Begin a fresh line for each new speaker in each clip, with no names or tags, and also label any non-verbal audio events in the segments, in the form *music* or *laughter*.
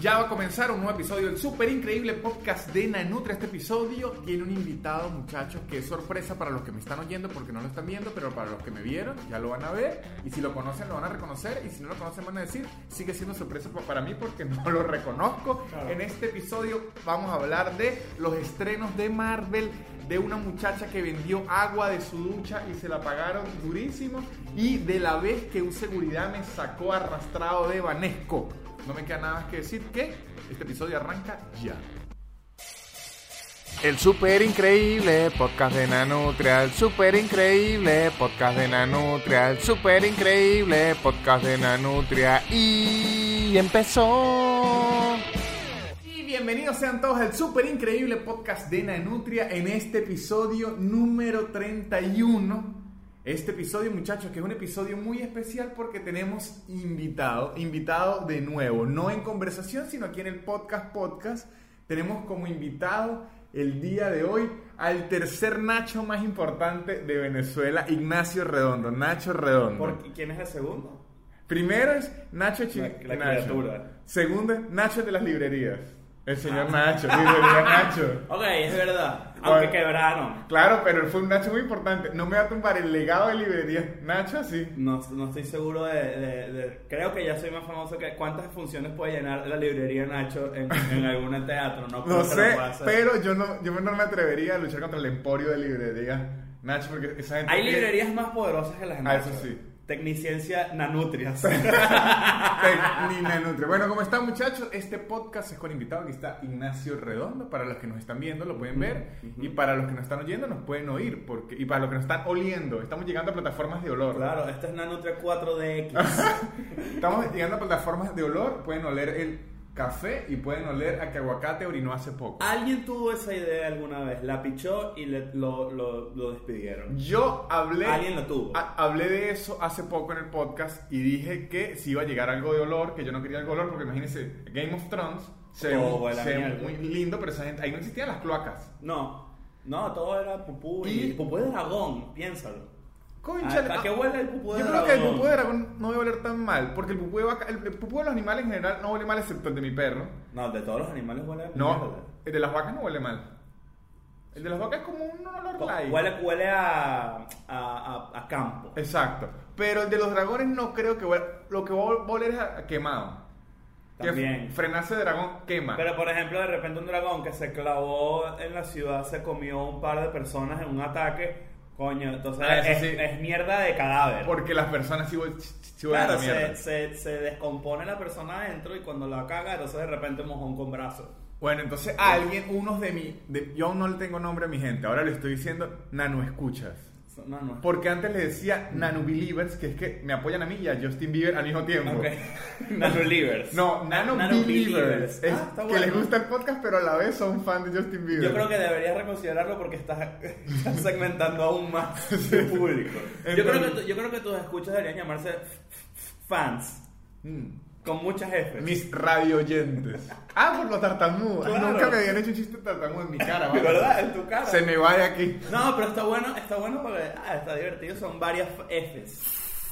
Ya va a comenzar un nuevo episodio del súper increíble podcast de Nanutra. Este episodio tiene un invitado, muchachos, que es sorpresa para los que me están oyendo porque no lo están viendo, pero para los que me vieron ya lo van a ver. Y si lo conocen, lo van a reconocer. Y si no lo conocen, van a decir, sigue siendo sorpresa pa- para mí porque *laughs* no lo reconozco.
Claro.
En este episodio vamos a hablar de los estrenos de Marvel, de una muchacha que vendió agua de su ducha y se la pagaron durísimo, y de la vez que un seguridad me sacó arrastrado de Vanesco. No me queda nada más que decir que este episodio arranca ya. El super increíble podcast de Nanutria, el super increíble podcast de Nanutria, el super increíble podcast de Nanutria y empezó. Y bienvenidos sean todos al super increíble podcast de Nanutria en este episodio número 31. Este episodio, muchachos, que es un episodio muy especial porque tenemos invitado, invitado de nuevo, no en conversación, sino aquí en el podcast podcast. Tenemos como invitado el día de hoy al tercer Nacho más importante de Venezuela, Ignacio Redondo. Nacho Redondo.
¿Por qué- ¿Quién es el segundo?
Primero es Nacho Chi-
La- la
Nacho.
criatura. Ah.
Segundo es Nacho de las librerías. El señor Nacho, librería Nacho.
Ok, es verdad.
Bueno.
Aunque quebraron.
Claro, pero él fue un Nacho muy importante. No me va a tumbar el legado de librerías Nacho, sí.
No, no estoy seguro de, de- de- Creo que ya soy más famoso que... ¿Cuántas funciones puede llenar la librería Nacho en, en algún teatro? No, creo
No
que lo
sé,
pueda hacer.
pero yo no, yo no me atrevería a luchar contra el emporio de librerías Nacho, porque esa gente.
Hay
que- *laughs*
librerías más poderosas que las de
Ah,
Nacho.
eso sí. *laughs*
Tecniciencia Nanutrias.
Tec- ni me nutre. Bueno, ¿cómo están muchachos? Este podcast es con invitado. Aquí está Ignacio Redondo. Para los que nos están viendo, lo pueden ver. Y para los que nos están oyendo, nos pueden oír. Porque, y para los que nos están oliendo, estamos llegando a plataformas de olor.
claro, esta es Nanutria 4DX.
Estamos llegando a plataformas de olor. Pueden oler el café y pueden oler a que aguacate orinó hace poco.
Alguien tuvo esa idea alguna vez, la pichó y le- lo, lo- lo despidieron.
Yo hablé.
Alguien lo tuvo.
ha- hablé de eso hace poco en el podcast y dije que si iba a llegar algo de olor, que yo no quería algo de olor, porque imagínense, Game of Thrones se ve,
Todo
muy-
huele a
se ve
mierda.
muy lindo, pero esa gente, ahí no existían las cloacas.
No, no, todo era pupú y,
Y-
pupú de dragón, piénsalo.
Conchale,
Ah, ¿A- a qué huele el pupú de
ah, Yo creo
dragón?
que el pupú de dragón no debe oler tan mal, porque el pupú de vaca, el, el pupú de los animales en general no huele mal excepto el de mi perro.
No, de todos los animales huele a
No,
mierda.
el de las vacas no huele mal. El de las vacas es como un olor light.
Huele, huele a, a, a, a campo.
Exacto. Pero el de los dragones no creo que huela. Lo que va a oler es a- a quemado. Que
También.
Frenarse de dragón quema.
Pero por ejemplo, de repente un dragón que se clavó en la ciudad se comió un par de personas en un ataque. Coño, entonces
Ah, eso
es,
sí.
es mierda de cadáver.
Porque las personas sí, huel- sí huelen
claro,
a mierda.
se, se, se descompone la persona adentro y cuando la caga, entonces de repente mojón con brazo.
Bueno, entonces alguien, unos de mi. de- yo aún no le tengo nombre a mi gente. Ahora le estoy diciendo Nano Escuchas.
No, no.
Porque antes le decía Nano Believers, que es que me apoyan a mí y a Justin Bieber al mismo tiempo.
Ok. *laughs* Nanolivers.
No, Nano, Believers. Es
Ah, está
Que les
bueno.
gusta el podcast, pero a la vez son fan de Justin Bieber.
Yo creo que deberías reconsiderarlo porque estás, *laughs* estás segmentando aún
*laughs*
más tu público. Yo creo, que tu- yo creo que tus escuchas deberían llamarse f- f- fans,
Mm.
con muchas Fs.
Mis radio oyentes. Ah, por lo tartamudo.
Claro.
Nunca me habían hecho un chiste tartamudo en mi cara,
De
vale.
*laughs* verdad, en tu cara.
Se me va de aquí.
No, pero está bueno, está bueno porque ah, está divertido, son varias f- Fs.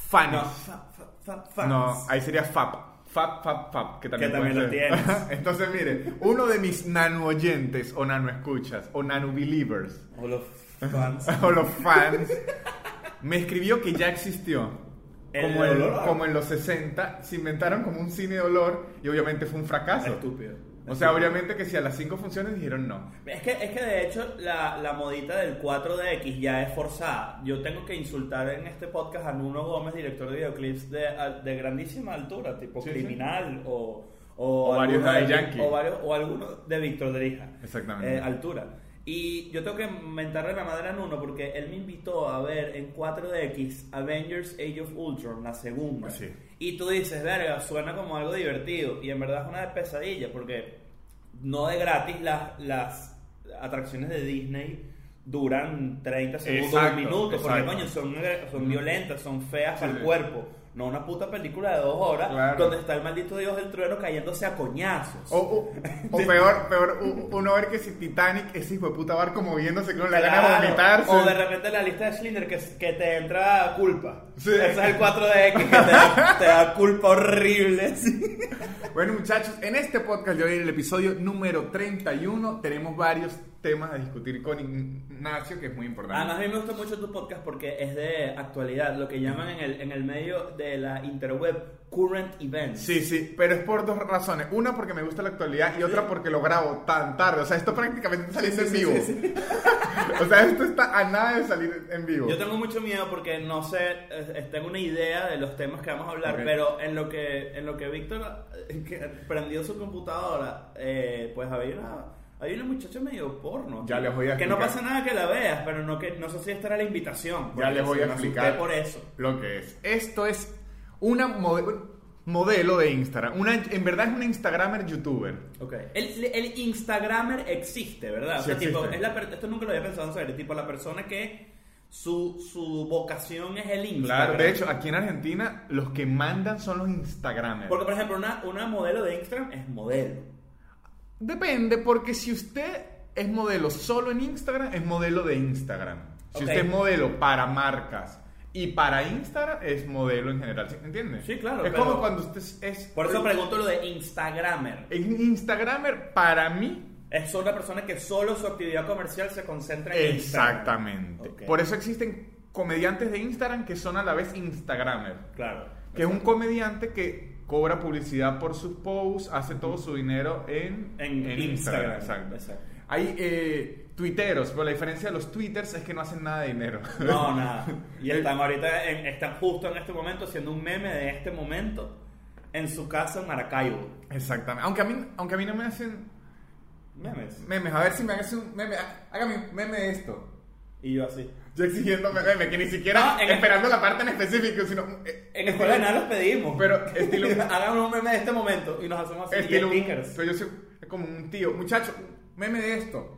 Fans.
No,
No,
fa- fa- fa- fans.
ahí sería FAP. FAP, FAP, FAP, que también,
Que
puede
también lo
ser. *laughs*
tienes.
Entonces, mire, uno de mis nano oyentes o nano escuchas o nano believers *laughs*
O los fans.
o los fans me escribió que ya existió.
¿El
Como, en-
olor?
como en los 60 se inventaron como un cine de olor y obviamente fue un fracaso.
Estúpido.
O sea, obviamente que si a las 5 funciones dijeron no.
Es que, es que de hecho la, la modita del 4DX ya es forzada. Yo tengo que insultar en este podcast a Nuno Gómez, director de videoclips de, de grandísima altura, tipo
Sí, sí.
Criminal o... O,
O varios
alguno
de Yankee.
O, varios, o alguno de Víctor Drija.
Exactamente.
Eh, altura. Y yo tengo que mentarle la madre a Nuno porque él me invitó a ver en 4DX Avengers Age of Ultron, la segunda.
Sí.
Y tú dices, verga, suena como algo divertido. Y en verdad es una pesadilla porque no de gratis las, las atracciones de Disney duran 30 segundos,
Exacto,
un minuto. Porque
exacto.
coño, son, son violentas, son feas
Sí,
al
sí.
cuerpo. No una puta película de dos horas
Claro.
donde está el maldito dios del trueno cayéndose a coñazos.
O, o- o peor, peor, u- uno ver que si Titanic, ese hijo de puta barco moviéndose con la gana
Claro.
de vomitarse.
O de repente la lista de Schindler que, que te entra culpa.
Sí.
Ese es el 4DX que te da, te da culpa horrible. sí.
Bueno, muchachos, en este podcast de hoy, en el episodio número 31, tenemos varios temas a discutir con Ignacio, que es muy importante.
Además, a mí me gusta mucho tu podcast porque es de actualidad, lo que llaman en el, en el medio de la interweb current events.
Sí, sí, pero es por dos razones. Una porque me gusta la actualidad y otra porque lo grabo tan tarde. O sea, esto prácticamente está saliendo en vivo. *laughs* o sea, esto está a nada de salir en vivo.
Yo tengo mucho miedo porque no sé, eh, eh, tengo una idea de los temas que vamos a hablar,
Ok.
pero en lo que en lo que Víctor eh, que prendió su computadora, eh, pues había una, había una muchacha medio porno.
Ya les voy a
Que no
explicar.
pasa nada que la veas, pero no que no sé si esta era la invitación.
Ya
porque
les voy
se
a
me asusté
explicar
por eso.
lo que es. Esto es una mode- modelo de Instagram. Una, en verdad es una Instagramer youtuber.
El, el Instagrammer existe, ¿verdad? O
Sí
sea, tipo,
existe.
es la per- esto nunca lo había pensado en serio. Tipo, la persona que su, su vocación es el Instagram.
Claro, de hecho, aquí en Argentina los que mandan son los Instagramers.
Porque, por ejemplo, una, una modelo de Instagram es modelo.
Depende, porque si usted es modelo solo en Instagram, es modelo de Instagram. Si
Ok.
usted es modelo para marcas y para Instagram, es modelo en general. ¿sí? ¿Entiende?
Sí, claro,
Es
pero-
como cuando usted es.
Por eso pregunto lo de Instagrammer.
En Instagramer, para mí,
Es una persona que solo su actividad comercial se concentra en Instagram.
exactamente.
Ok.
Por eso existen comediantes de Instagram que son a la vez Instagramer.
Claro.
Que es un comediante que cobra publicidad por sus posts, hace todo su dinero en,
En Instagram, exacto.
Hay eh, tuiteros, pero la diferencia de los twitters es que no hacen nada de dinero. *laughs*
No, nada. Y están ahorita, en- están justo en este momento haciendo un meme de este momento en su casa en Maracaibo.
Exactamente. Aunque a, mí, aunque a mí no me hacen
Memes.
memes. A ver si me hagas un meme. Há- Hágame un meme de esto.
Y yo así.
Yo exigiendo meme, que ni siquiera
No, Ah, en-
esperando la parte en específico, sino... eh,
En Escuela de Nada los pedimos.
Pero
*laughs*
estilo-
Hagan un meme de este momento y nos hacemos así.
estilo-
y stickers.
pero yo soy como un tío. Muchacho, meme de esto.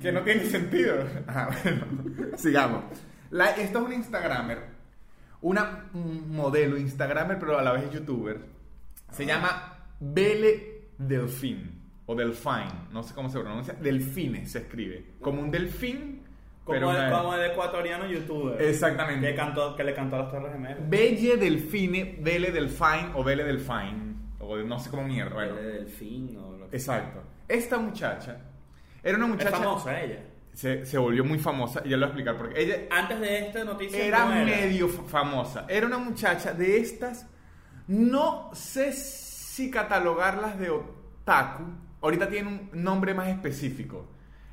Que
Mm.
no tiene
*laughs*
sentido. Ah, bueno. Sigamos. La, esta es una Instagramer. Una mm, modelo Instagramer, pero a la vez youtuber. Se llama Bele Delfín. O Delfine. No sé cómo se pronuncia. Delfines se escribe. Como un delfín. pero
Como, el,
una-
como el ecuatoriano youtuber.
Exactamente.
Que, cantó, que le cantó a las Torres Gemelas.
Belle Delfine, Bele Delfine o Bele Delfine. O no sé cómo mierda. bueno.
delfín o lo
Exacto. Esta muchacha era una
Es
muchacha.
famosa ella.
Se, se volvió muy famosa, y ya lo voy a explicar porque ella
Antes de esta noticia
era
no
medio fa- famosa. Era una muchacha de estas, no sé si catalogarlas de otaku. Ahorita tiene un nombre más específico.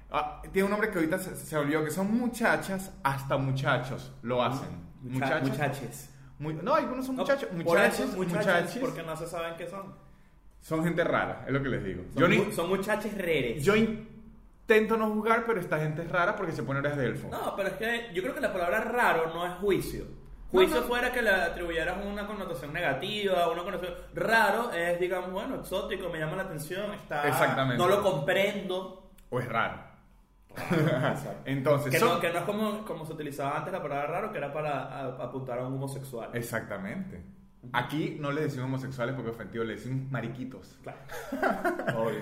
Ah, tiene un nombre que ahorita se, se olvidó, que son muchachas hasta muchachos lo hacen.
Mucha-
Muchachas.
muchaches.
mu- no, algunos son
No,
muchachos.
por
muchachos,
eso, muchachas,
muchachis.
Porque no se saben qué son.
Son gente rara, es lo que les digo.
Son,
Yo ni-
mu- son muchachos reres.
Yo intento no jugar, pero esta gente es rara porque se pone orejas de elfo.
No, pero es que yo creo que la palabra raro no es juicio. Juicio
No, no.
fuera que le atribuyeras una connotación negativa, una connotación. Raro es, digamos, bueno, exótico, me llama la atención, está.
Exactamente.
No lo
*laughs*
comprendo.
O es raro.
Exacto.
Entonces,
que,
son-
no, que no es como, como se utilizaba antes la palabra raro, que era para a- apuntar a un homosexual.
Eh, Exactamente. Aquí no le decimos homosexuales porque es ofendido, le decimos mariquitos. *laughs*
Claro. Obvio.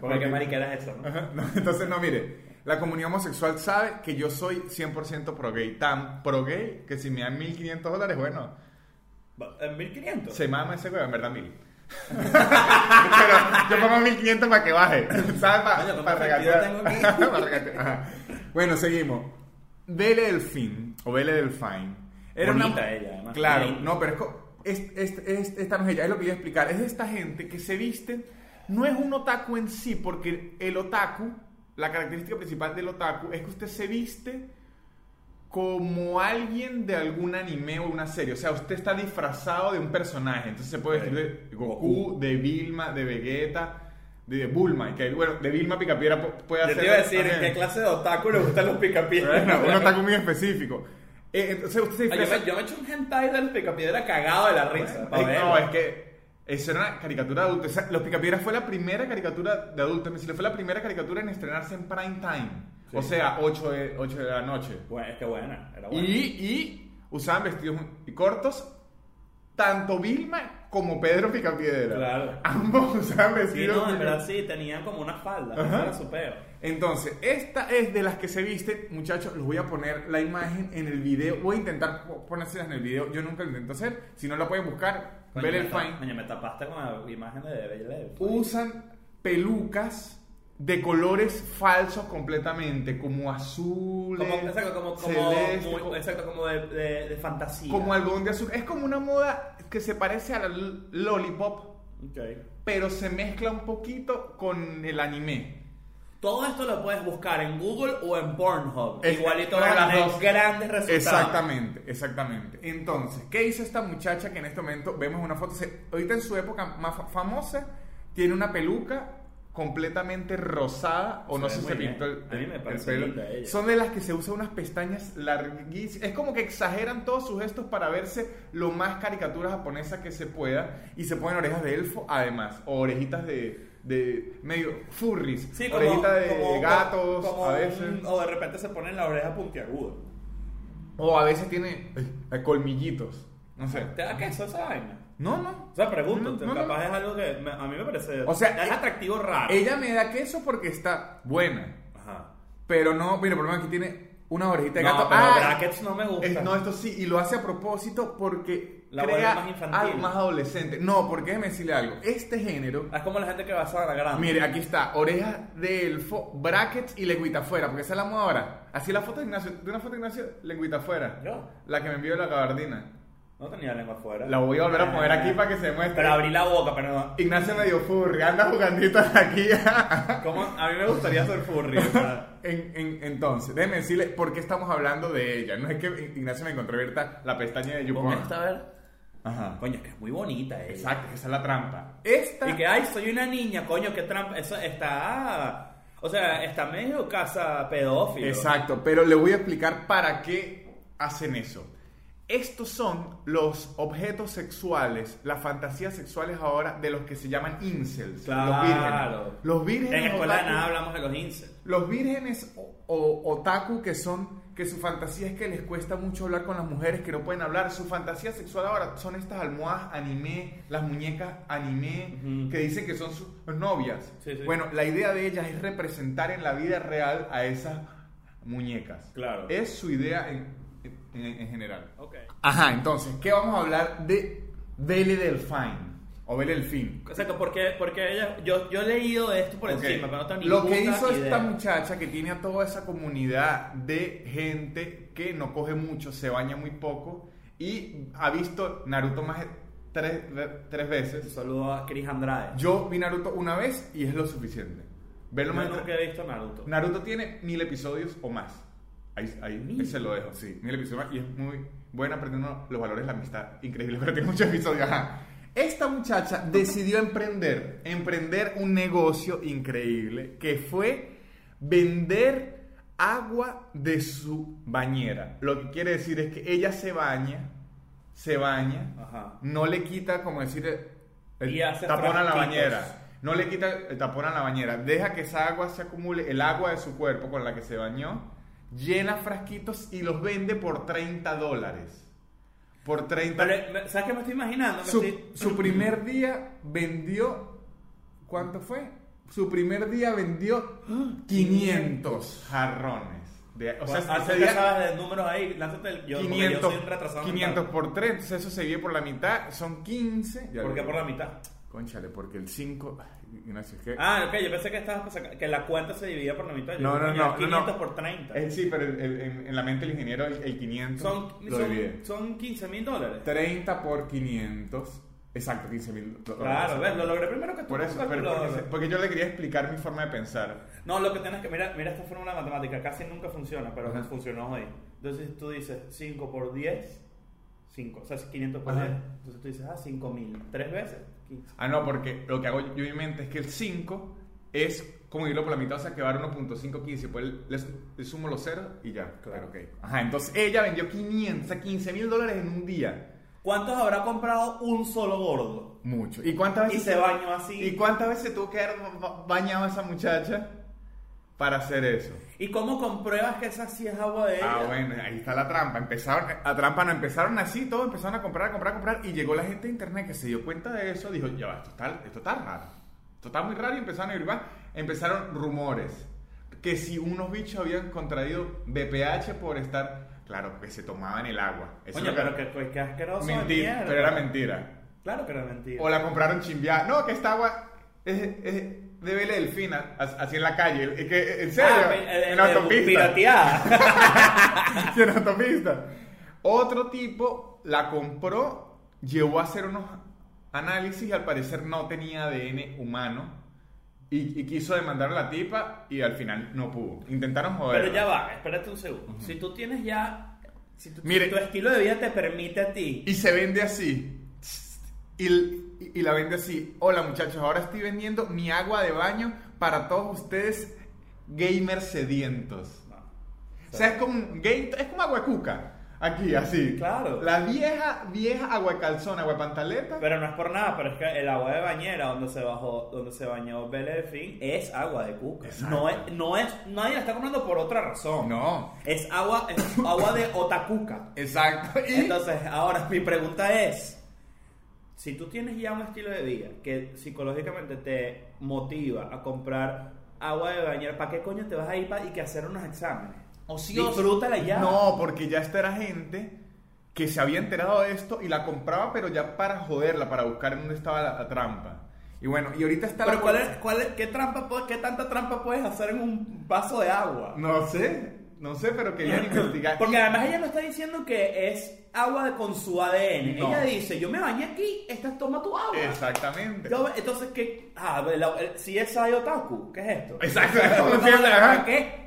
Porque qué mariquera es eso, ¿no?
Ajá, no, entonces, no, mire, la comunidad homosexual sabe que yo soy 100% pro gay, tan pro gay que si me dan 1500 dólares, bueno,
En 1500.
se mama ese huevo, en verdad, mil. Pero yo pongo 1500 para que baje, *laughs* ¿sabes? Pa-
Coño, ¿cómo
para
sentido
regatear.
tengo
*laughs*
aquí?
Para regatear, ajá. Bueno, seguimos. Belle Delfín, o Belle Delfine.
Bonita ella, además.
Claro,
Linda.
no, pero es, co- es, es, es- esta no es ella, es lo que yo voy a explicar. Es de esta gente que se viste, no es un otaku en sí, porque el otaku, la característica principal del otaku es que usted se viste como alguien de algún anime o una serie. O sea, usted está disfrazado de un personaje. Entonces se puede vestir de Goku, de Vilma, de Vegeta, de, de Bulma. y Que, bueno, de Vilma Picapiedra pu- puede
Yo
hacer...
te iba a decir, ¿en
también.
qué clase de otaku le gustan los picapiedras?
Bueno,
*laughs*
un otaku muy específico. Eh, entonces usted se
Ay, yo,
disfraza...
me, yo me eché un hentai de los picapiedras cagado de la risa. pa'
Eh,
verlo.
no, es que eso era una caricatura de adultos. O sea, Los Picapiedras fue la primera caricatura de adultos. Si fue la primera caricatura en estrenarse en prime time.
Sí.
O sea, 8 de, 8 de la noche.
Bueno, es que buena, era
Y,
buena.
y usaban vestidos muy cortos tanto Vilma como Pedro Picapiedra.
Claro.
Ambos usaban
Sí,
vestidos.
no, en verdad sí, tenían como una falda. Eso
Ajá.
era su peo.
Entonces, esta es de las que se visten. Muchachos, les voy a poner la imagen en el video. Voy a intentar po- ponérselas en el video. Yo nunca lo intento hacer. Si no la pueden buscar,
Coño,
ver
me
el
ta-
fine.
Coño, me tapaste con la imagen de Bella Delphine.
Usan pelucas de colores falsos completamente, como azul,
Como, exacto, como, como,
celeste,
muy-
co-
exacto, como de, de, de fantasía.
como algodón de azul. Es como una moda que se parece a la l- lollipop,
Ok.
pero se mezcla un poquito con el anime.
Todo esto lo puedes buscar en Google o en Pornhub.
Es-
Igualito
para
van a
las
tener
dos.
grandes resultados.
Exactamente, exactamente. Entonces, ¿qué hizo esta muchacha que en este momento vemos una foto? Se- ahorita en su época más fa- famosa, tiene una peluca completamente rosada o
Se
no
ve
sé si
muy
se
bien.
pintó el,
A mí me
el
parece linda ella.
Son de las que se usan unas pestañas larguísimas. Es como que exageran todos sus gestos para verse lo más caricatura japonesa que se pueda y se ponen orejas de elfo además, o orejitas de, de medio furries,
Sí, como,
orejitas de
como-
gatos
como
a
un-
veces.
o de repente se ponen la oreja puntiaguda.
O a veces tiene ay, colmillitos. No sé.
¿Te da queso esa vaina?
No, no.
O sea, pregúntate,
No, no,
capaz
no.
es algo que me- a mí me parece.
O sea,
es
eh,
atractivo raro.
Ella me da queso porque está buena.
Ajá.
Pero no, mira, por lo menos aquí tiene una orejita de
no,
gato.
pero
Ah,
brackets no me gustan.
es- no, esto sí, y lo hace a propósito porque
La vuelve
crea
más infantil.
algo más adolescente. No, porque déjeme decirle algo. Este género, ah,
Es como la gente que va a Sabana Grande.
mire, aquí está, orejas de elfo, brackets y lengüita afuera, porque esa es la moda ahora. Así la foto de Ignacio, de una foto de Ignacio, lengüita afuera.
Yo.
La que me envió la gabardina.
No tenía lengua afuera.
La voy a volver a poner aquí para que se muestre.
Ah. Pero abrí la boca, pero no.
Ignacio medio furry, anda juganditas *laughs* aquí.
¿Cómo? A mí me gustaría ser furry. o
*laughs*
sea.
En- en- entonces, déjeme decirle por qué estamos hablando de ella. No es que Ignacio me encontró abierta la pestaña de
¿Cómo
Yukon.
está a ver?
Ajá.
Coño, es que es muy bonita ella.
Exacto, esa es la trampa. Esta.
Y que, ay, soy una niña, coño, qué trampa. Eso está. O sea, está medio casa pedófilo.
Exacto, pero le voy a explicar para qué hacen eso. Estos son los objetos sexuales, las fantasías sexuales ahora de los que se llaman incels. Los
Claro.
vírgenes. Los vírgenes.
En escuela de
otaku.
nada hablamos de los incels.
Los vírgenes o, o- otaku que son que su fantasía es que les cuesta mucho hablar con las mujeres que no pueden hablar. Su fantasía sexual ahora son estas almohadas anime, las muñecas anime
Ujú.
que dicen que son sus novias.
Sí, sí.
Bueno, la idea de ellas es representar en la vida real a esas muñecas.
Claro.
Es su idea en, en- en general.
Ok.
Ajá, entonces, ¿qué vamos a hablar de Belle Delfine o Belle Delfín?
Exacto, porque, porque ella, yo, yo he leído esto por
Ok.
encima, pero no tengo ni
Lo que
puta
hizo
idea.
esta muchacha que tiene a toda esa comunidad de gente que no coge mucho, se baña muy poco y ha visto Naruto más de tres, tres
Un
veces.
saludo a Chris Andrade.
Yo vi Naruto una vez y es lo suficiente. Verlo
Yo
más de
nunca
tres-
he visto Naruto.
Naruto tiene mil episodios o más. Ahí, ahí
Mil.
se lo dejo, sí, mil episodios más. Y es muy buena aprendiendo los valores de la amistad. Increíble, *laughs* pero tiene muchos episodios. ajá. Esta
*laughs*
muchacha decidió emprender, emprender un negocio increíble que fue vender agua de su bañera. Lo que quiere decir es que ella se baña, se baña,
Ajá.
no le quita, como decir, el, el
Y hace
tapón a la
frasquitos.
bañera. No le quita el tapón a la bañera. Deja que esa agua se acumule, el agua de su cuerpo con la que se bañó, llena frasquitos y los vende por 30 dólares. Por 30
Pero, me- ¿sabes qué me estoy imaginando? Me
Su,
estoy-
su primer día vendió. ¿Cuánto fue? Su primer día vendió 500 jarrones. de- o sea,
Bueno,
ese
tú que
día-
sabes de números ahí, lánzate el... Yo, porque yo
500,
soy un retrasado.
500
mental.
por 3, entonces eso se divide por la mitad, son 15. Ya
¿Por
lo-
qué por la mitad?
Conchale, porque el 5. Ignacio, es que.
Ah, ok, yo pensé que estabas pues, que la cuenta se dividía por la mitad. Yo,
No, no,
coño,
no, no,
500
no.
por 30.
Eh, sí, pero el- el- en, en la mente del ingeniero el, el 500
son,
lo divide.
son, son 15 mil dólares.
30 por 500. Exacto, 15 mil
Claro, ves, lo logré primero que tú.
Por
con
eso,
un
pero porque,
calculador.
se- porque yo le quería explicar mi forma de pensar.
No, lo que tienes que. Mira, mira esta fórmula matemática, casi nunca funciona, pero
Ajá.
funcionó hoy. Entonces tú dices 5 por 10, 5, o sea, 500 por
Ajá.
10. Entonces tú dices, ah, 5 mil, 3 veces, 15.
Ah, no, porque lo que hago yo en mi mente es que el 5 es como irlo por la mitad, o sea, que va a dar 1.515, pues le, le sumo los ceros y ya.
Claro.
ok. Ajá, entonces ella vendió 500, o sea, 15 mil dólares en un día.
¿Cuántos habrá comprado un solo gordo?
Mucho. ¿Y cuántas
Y
veces
se bañó así.
¿Y cuántas veces se tuvo que haber ba- bañado a esa muchacha? para hacer eso.
¿Y cómo compruebas que esa sí es agua de ella?
Ah, bueno, ahí está la trampa. Empezaron, a trampa no, empezaron así, todos empezaron a comprar, a comprar, a comprar. Y llegó la gente de internet que se dio cuenta de eso, dijo, ya va, esto está, esto está raro. Esto está muy raro y empezaron a derivar. Empezaron rumores. Que si unos bichos habían contraído BPH por estar... Claro, que se tomaban el agua. Eso
Coño,
es lo
pero
que-
que, pues, qué asqueroso de
Mentira,
mierda.
pero era mentira.
Claro que era mentira.
O la compraron chimbiada. No, que esta agua es, es de Vela Delfina, as- así en la calle. Es que, en serio,
Ah, pe- eh,
en
eh,
autopista.
Pirateada.
Sí, *laughs* en autopista. Otro tipo la compró, llevó a hacer unos análisis y al parecer no tenía ADN humano. Y, y quiso demandar a la tipa y al final no pudo. Intentaron joder.
pero ya va, espérate un segundo. Si tú tienes ya. Si, tú-
Mire.
si tu estilo de vida te permite a ti.
Y se vende así. Y, y- y la vende así. Hola muchachos, ahora estoy vendiendo mi agua de baño para todos ustedes gamers sedientos.
No.
O sea, es como, gay, es como agua cuca. Aquí, así.
Claro.
La vieja, vieja agua calzón, agua pantaleta.
Pero no es por nada, pero es que el agua de bañera donde se bajó, donde se bañó Belefin es agua de cuca.
Exacto.
No es, no es, nadie la está comprando por otra razón.
No.
Es agua, es agua de otacuca.
Exacto. Y
Entonces, ahora mi pregunta es: si tú tienes ya un estilo de vida que psicológicamente te motiva a comprar agua de bañera, ¿para qué coño te vas a ir pa- y que hacer unos exámenes?
Ocioso.
Disfrútala ya.
No, porque ya esta era gente que se había enterado de esto y la compraba, pero ya para joderla, para buscar en dónde estaba la, la trampa. Y bueno, y ahorita está
Pero
la...
¿cuál es, cuál es- qué trampa, po- qué tanta trampa puedes hacer en un vaso de agua?
No sé, no sé, pero
*coughs*
querían investigar.
Porque además ella no está diciendo que es agua de- con su ADN.
No.
Ella dice, yo me bañé aquí, esta toma tu agua.
Exactamente.
Yo- entonces, ¿qué? Ah, la- el- si es Sai Otaku, ¿qué es esto?
Exacto, es como
No,
siempre, ajá.
¿para ¿Qué?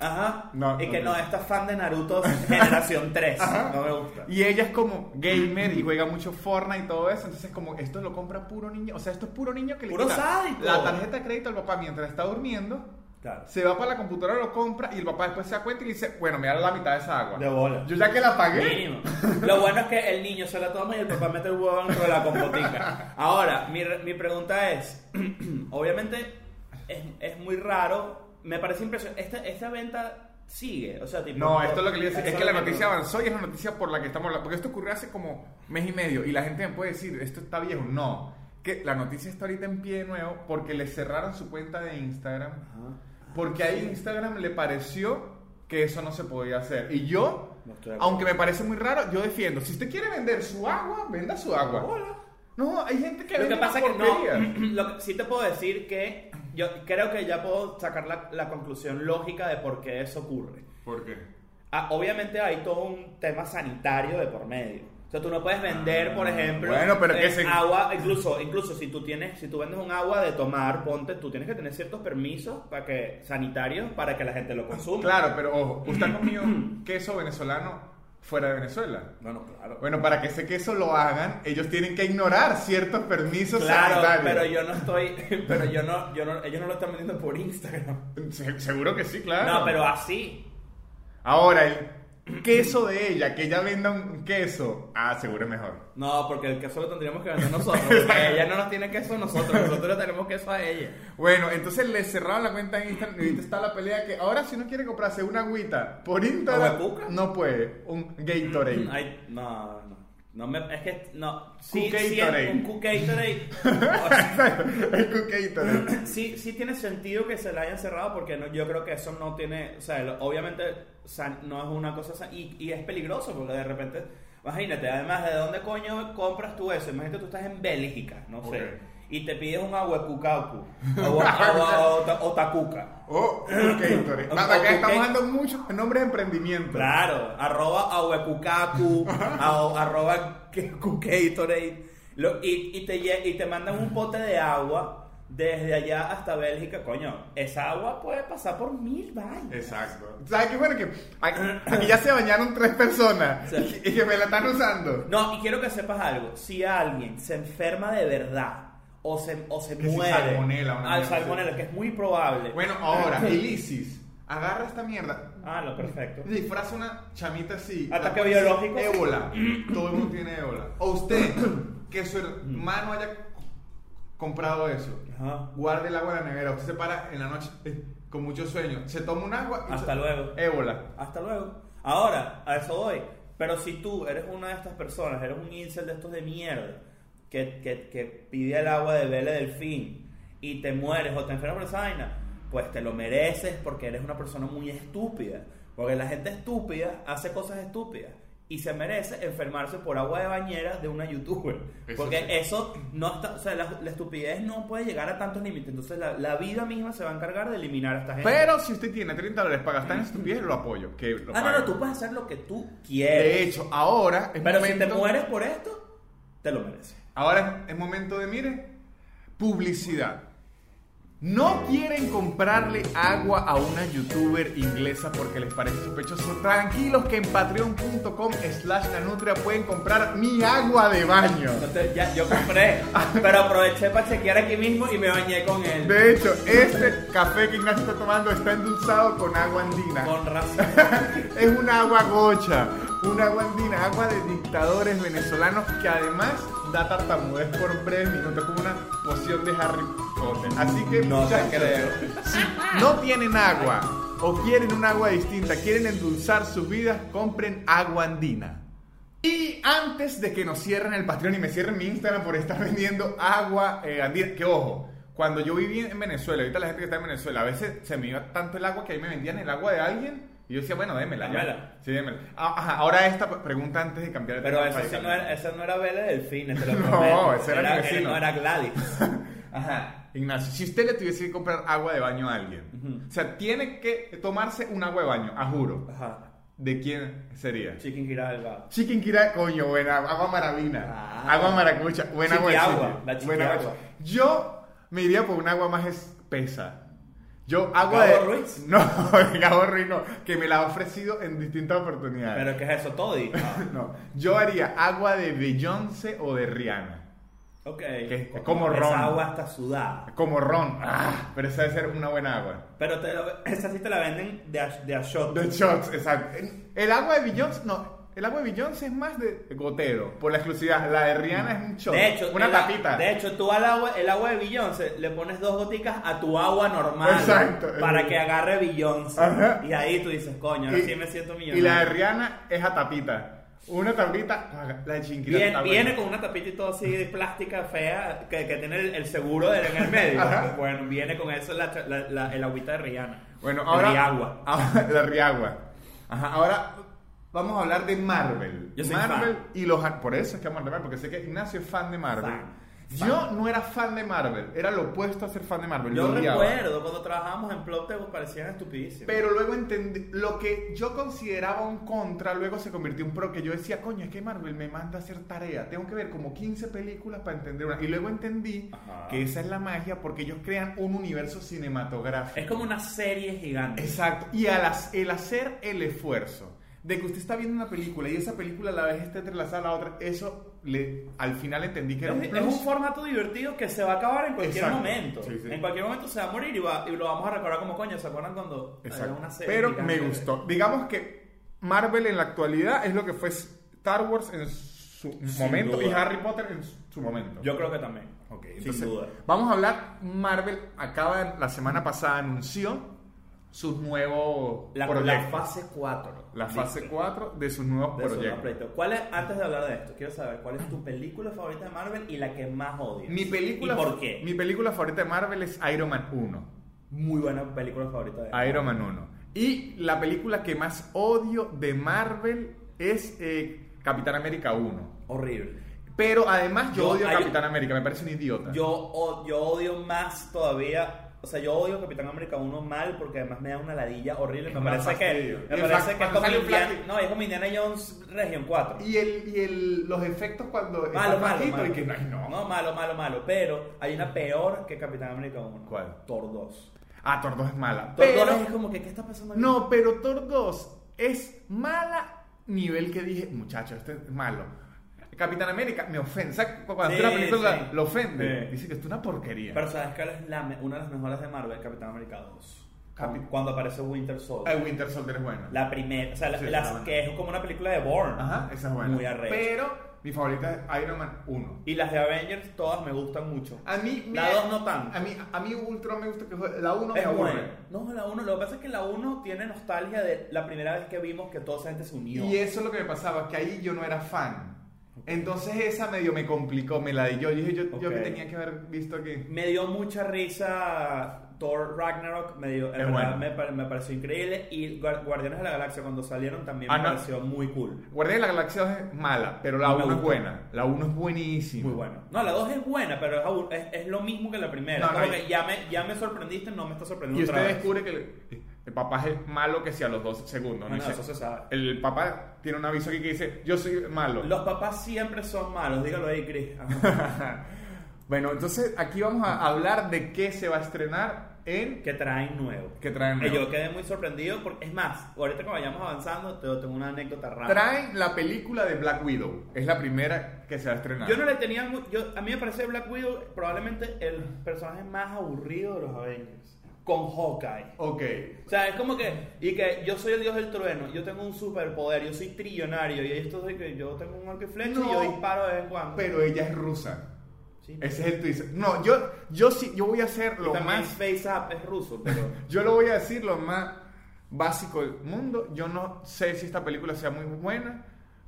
Ajá.
No,
y
no,
que
no.
no, esta es fan de
*laughs*
Naruto Generación 3.
Ajá.
No me gusta.
Y ella es como gamer y juega mucho Fortnite y todo eso. Entonces, como esto lo compra puro niño. O sea, esto es puro niño que le
Puro
quita
sádico.
la tarjeta de crédito al papá mientras está durmiendo.
Claro.
Se va para la computadora, lo compra y el papá después se da cuenta y dice: Bueno, me da la mitad de esa agua.
De bola.
Yo ya que la pagué.
Mínimo. Lo bueno es que el niño se la toma y el papá mete el huevo dentro de la compotica. Ahora, mi, re- mi pregunta es, *clears throat* obviamente es, es muy raro, me parece impresionante, esta, esta venta sigue, o sea, tipo...
No, esto es lo que le iba a decir.
eso
Es que la
me
noticia
pregunto.
avanzó y es la noticia por la que estamos hablando. Porque esto ocurrió hace como mes y medio y la gente me puede decir, esto está viejo. No, que la noticia está ahorita en pie de nuevo porque le cerraron su cuenta de Instagram.
Ajá. Ah,
Porque a Instagram le pareció que eso no se podía hacer. Y yo,
No estoy de acuerdo.
aunque me parece muy raro, yo defiendo. Si usted quiere vender su agua, venda su agua.
Hola.
No, hay gente que
Lo que
vende
pasa es que
porquería.
no, *clears throat* lo que- sí te puedo decir que yo creo que ya puedo sacar la, la conclusión lógica de por qué eso ocurre.
¿Por qué?
Ah, obviamente hay todo un tema sanitario de por medio. O sea, tú no puedes vender, por ejemplo,
Ah, Bueno, pero que
eh,
se-
agua, incluso, incluso si tú tienes, si tú vendes un agua de tomar, ponte, tú tienes que tener ciertos permisos para que sanitarios para que la gente lo consuma.
Claro, pero ojo, usted ha comido queso venezolano fuera de Venezuela.
Bueno, claro.
Bueno, para que ese queso lo hagan, ellos tienen que ignorar ciertos permisos
Claro,
sanitarios.
pero yo no estoy, *laughs* pero yo no, yo no, ellos no lo están vendiendo por Instagram.
Se- seguro que sí, claro.
No, pero así.
Ahora, el queso de ella, que ella venda un queso, ah, seguro es mejor.
No, porque el queso lo tendríamos que
*laughs*
vender nosotros. Porque ella no nos tiene queso a nosotros, nosotros le tenemos queso a ella.
Bueno, entonces le cerraron la cuenta en Instagram y ahorita está la pelea que ahora si uno quiere comprarse una agüita por Instagram,
¿Agua cuca? Mm,
no puede, un Gatorade. *laughs*
Ay, no, no. No me, es que no. Sí,
Cook
sí,
Gatorade.
un Cook Gatorade. O sea,
el Cook Gatorade.
sí, sí tiene sentido que se la hayan cerrado porque no, yo creo que eso no tiene, o sea, lo- obviamente san- no es una cosa san- y, y es peligroso porque de repente, imagínate, además de dónde coño compras tú eso, imagínate tú estás en Bélgica, no sé,
Ok.
y te pides un aguacucaucu, agua, agua ota- otacuca.
Oh, Cook Gatorade.
O-
Nada,
o
acá
Cook
estamos
Gate-
dando muchos nombres de emprendimiento.
Claro, arroba a huecucacu, a- arroba que- cucatorade. Lo- y, y te, lle- y te mandan un pote de agua desde allá hasta Bélgica, coño. Esa agua puede pasar por mil vainas.
Exacto. ¿Sabes qué? Bueno, que aquí, aquí ya se bañaron tres personas
Sí.
y, que- y que me la están usando.
No, y quiero que sepas algo. Si alguien se enferma de verdad o se, o se
Que si
muere
salmonela, una
al
mierda así.
salmonela, que es muy probable.
Bueno, ahora, el ISIS agarra esta mierda,
*laughs* Ah, lo perfecto.
disfraza una chamita así.
Ataque
la pone así,
biológico.
Ébola. Todo el mundo tiene ébola. O
*clears throat*
usted, que su
Mm.
hermano haya comprado eso,
Ajá.
guarde el agua en la nevera. Usted se para en la noche eh, con mucho sueño. Se toma un agua y
Hasta
se-
luego.
Ébola.
Hasta luego. Ahora, a eso voy. Pero si tú eres una de estas personas, eres un incel de estos de mierda, que, que, que pide el agua de Vélez Delfín y te mueres o te enfermas por esa vaina, pues te lo mereces porque eres una persona muy estúpida. Porque la gente estúpida hace cosas estúpidas y se merece enfermarse por agua de bañera de una youtuber.
Eso
porque
sí.
eso no está, o sea, la, la estupidez no puede llegar a tantos límites. Entonces la, la vida misma se va a encargar de eliminar a esta gente.
Pero si usted tiene 30 dólares para gastar en estupidez, lo apoyo. Que lo
Ah, no,
pague.
no, tú puedes hacer lo que tú
De
quieres.
hecho, ahora es
pero
momento.
si te mueres por esto, te lo mereces.
Ahora es momento de, mire, publicidad. No quieren comprarle agua a una youtuber inglesa porque les parece sospechoso. Tranquilos que en patreon.com slash nanutria pueden comprar mi agua de baño.
Entonces, ya, yo
*laughs*
compré, pero aproveché para chequear aquí mismo y me bañé con él.
De hecho, este café que Ignacio está tomando está endulzado con agua andina. *laughs*
Con razón.
es un agua gocha, un agua andina, agua de dictadores venezolanos que además da tartamudez por breves minutos, como una poción de Harry Potter. Así que
No te
muchachos,
creo.
si no tienen agua o quieren un agua distinta, quieren endulzar sus vidas, compren agua andina. Y antes de que nos cierren el Patreon y me cierren mi Instagram por estar *laughs* vendiendo agua eh, andina, que ojo, cuando yo viví en Venezuela, ahorita la gente que está en Venezuela, a veces se me iba tanto el agua que ahí me vendían el agua de alguien y yo decía, bueno, démela. ya.
Dámela.
Sí, démela. Ah, ajá, ahora esta p- pregunta antes de cambiar el
Pero
tema
eso sí
radical.
no era, esa no era Vela Delfín, te
*laughs*
lo
No,
prometo.
ese era mi vecino.
No era Gladys.
*laughs* Ajá. Ignacio, si usted le tuviese que comprar agua de baño a alguien, o sea, tiene que tomarse un agua de baño, a juro,
Ajá.
¿de quién sería?
Chicken Giralba.
Chiquinquirá, coño, buena, agua maravina,
Ah.
agua maracucha, buena agua. de
Chiquiagua,
sitio,
la chiquiagua.
buena agua. Yo me iría por un agua más espesa. Yo agua
¿Gabo
de
Ruiz?
*laughs* No, Gabo Ruiz no, que me la ha ofrecido en distintas oportunidades.
Pero ¿qué es eso?
*laughs*
Toddy. Ah,
No, yo haría agua de Beyoncé o de Rihanna,
ok.
es como
Esa
ron.
agua está sudada.
como ron. Ah, pero esa debe ser una buena agua.
Pero te lo- esa sí te la venden de a, de a shot.
De shots, exacto. El agua de Beyoncé, no, el agua de Beyoncé es más de gotero, por la exclusividad. La de Rihanna es un shot,
De hecho,
una
el a-
tapita.
De hecho, tú al agua, el agua de Beyoncé le pones dos goticas a tu agua normal.
Exacto.
Para que agarre Beyoncé.
Ajá.
Y ahí tú dices, coño, ahora sí me siento
y la de
millonario.
Rihanna es a tapita. Una tapita, la de Chinquirá
Viene,
está
viene
buena.
con una tapita y todo así de plástica fea que, que tiene el, el seguro de- en el medio.
Ajá.
Bueno, viene con eso la, la- la- el agüita de Rihanna.
Bueno, ahora... Ah,
Riagua.
Ahora- *laughs* la Riagua. Ajá, ahora vamos a hablar de Marvel.
Yo soy
Marvel y los... ar- Por eso es que vamos a hablar de Marvel, porque sé que Ignacio es fan de Marvel.
Fan,
Yo no era fan de Marvel, era lo opuesto a ser fan de Marvel.
Yo
lo odiaba.
recuerdo cuando trabajábamos en Plot, te parecían estupidísimos.
Pero luego entendí, lo que yo consideraba un contra, luego se convirtió en pro, que yo decía, coño, es que Marvel me manda a hacer tarea, tengo que ver como 15 películas para entender una. Y luego entendí
Ajá.
que esa es la magia porque ellos crean un universo cinematográfico.
es como una serie gigante.
Exacto. Y al ha- el hacer el esfuerzo de que usted está viendo una película y esa película a la vez está entrelazada a la otra, eso le, al final entendí que
Es,
era un
es
plus.
un formato divertido que se va a acabar en cualquier
Exacto.
momento.
Sí, sí.
En cualquier momento se va a morir y, va- y lo vamos a recordar como coño. ¿Se acuerdan cuando era
Exacto.
una serie?
Pero me
gigante?
gustó. Digamos que Marvel en la actualidad es lo que fue Star Wars en su momento
duda.
y Harry Potter en su- su momento.
Yo creo que también.
Ok,
sin
entonces,
duda.
Vamos a hablar. Marvel acaba la semana pasada anunció sus nuevos
La, la
proyectos.
fase 4.
La fase 4 de sus nuevos proyectos.
¿Cuál es, antes de hablar de esto, quiero saber cuál es tu película favorita de Marvel y la que más odias.
Mi película,
¿Y por qué?
mi película favorita de Marvel es Iron Man 1.
Muy buena película favorita de
Iron Man 1. Y la película que más odio de Marvel es eh, Capitán América 1.
Horrible.
Pero además yo,
Yo-
odio a
hay-
Capitán América, me parece un idiota.
Yo, o- yo odio más todavía. O sea, yo odio Capitán América 1 mal porque además me da una ladilla horrible. Me
Me da
parece que,
fastidio.
me
Y el
parece
fa-
que es
cuando
como,
sale un
Indiana,
plástico.
no, es como Indiana Jones Region 4.
Y, el, y el, los efectos cuando está
Malo, malo,
bajito
malo.
y que ay, no.
No, malo, malo, malo. Pero hay una peor que Capitán América 1.
¿Cuál?
Thor 2.
Ah, Thor 2 es mala.
Thor
Pero,
2 es como que, ¿qué está pasando aquí?
no, pero Thor 2 es mala nivel que dije, muchacho, este es malo. Capitán América me ofende. O sea, Cuando
Sí,
una película
sí.
lo ofende,
Sí.
dice que esto es una porquería.
Pero sabes que es la me- una de las mejores de Marvel, Capitán América 2.
Capi-
Cuando aparece Winter Soldier.
Ay, Winter Soldier es buena.
La primera, o sea, la-
Sí,
las-
la-
que es como una película de Bourne.
Ajá, esa es buena.
Muy arrecha.
Pero mi favorita es Iron Man 1.
Y las de Avengers todas me gustan mucho.
A mí,
La
mira,
dos no tanto.
A mí, a mí Ultron me gusta que fue- la 1 me
Es
aburre.
buena. No, la 1, lo que pasa es que la 1 tiene nostalgia de la primera vez que vimos que toda esa gente se unió.
Y eso es lo que me pasaba, que ahí yo no era fan. Entonces esa medio me complicó, me la di yo. Dije, yo, yo
Ok.
que tenía que haber visto aquí.
Me dio mucha risa Thor Ragnarok, me dio, en
Es
verdad
bueno.
me, pare- me pareció increíble. Y Guar- Guardianes de la Galaxia cuando salieron también
Ah,
me
no.
pareció muy cool.
Guardián de la Galaxia 2 es mala, pero la
No me
1 es
gusta.
buena. La 1 es buenísima.
Muy bueno. No, la 2 es buena, pero es, abur- es, es lo mismo que la primera.
No, no,
Como
y-
que ya me, ya me sorprendiste, no me está sorprendiendo
Y
otra
usted
vez.
descubre que el, el papá es el malo que sea a los 12 segundos. ¿no?
No, no,
Dice-
eso se sabe.
El papá tiene un aviso aquí que dice, yo soy malo.
Los papás siempre son malos, dígalo ahí, Chris.
*laughs*
Ajá.
Bueno, entonces aquí vamos a hablar de qué se va a estrenar en...
que traen nuevo.
¿Qué traen
Eh,
nuevo?
Yo quedé muy sorprendido porque, es más, ahorita que vayamos avanzando, te tengo una anécdota rara.
Traen la película de Black Widow. Es la primera que se va a estrenar.
Yo no le tenía mu- yo a mí me parece Black Widow probablemente el personaje más aburrido de los Avengers con Hawkeye.
Ok.
O sea, es como que y que yo soy el dios del trueno, yo tengo un superpoder, yo soy trillonario y esto es de que yo tengo un arco y flecha y
No.
yo disparo de vez en cuando.
Pero ella es rusa.
Sí.
Ese es el twist. No, yo, yo sí, yo voy a hacer
Y
lo
también
más...
Face Up es ruso, pero
Yo lo voy a decir lo más básico del mundo. Yo no sé si esta película sea muy buena,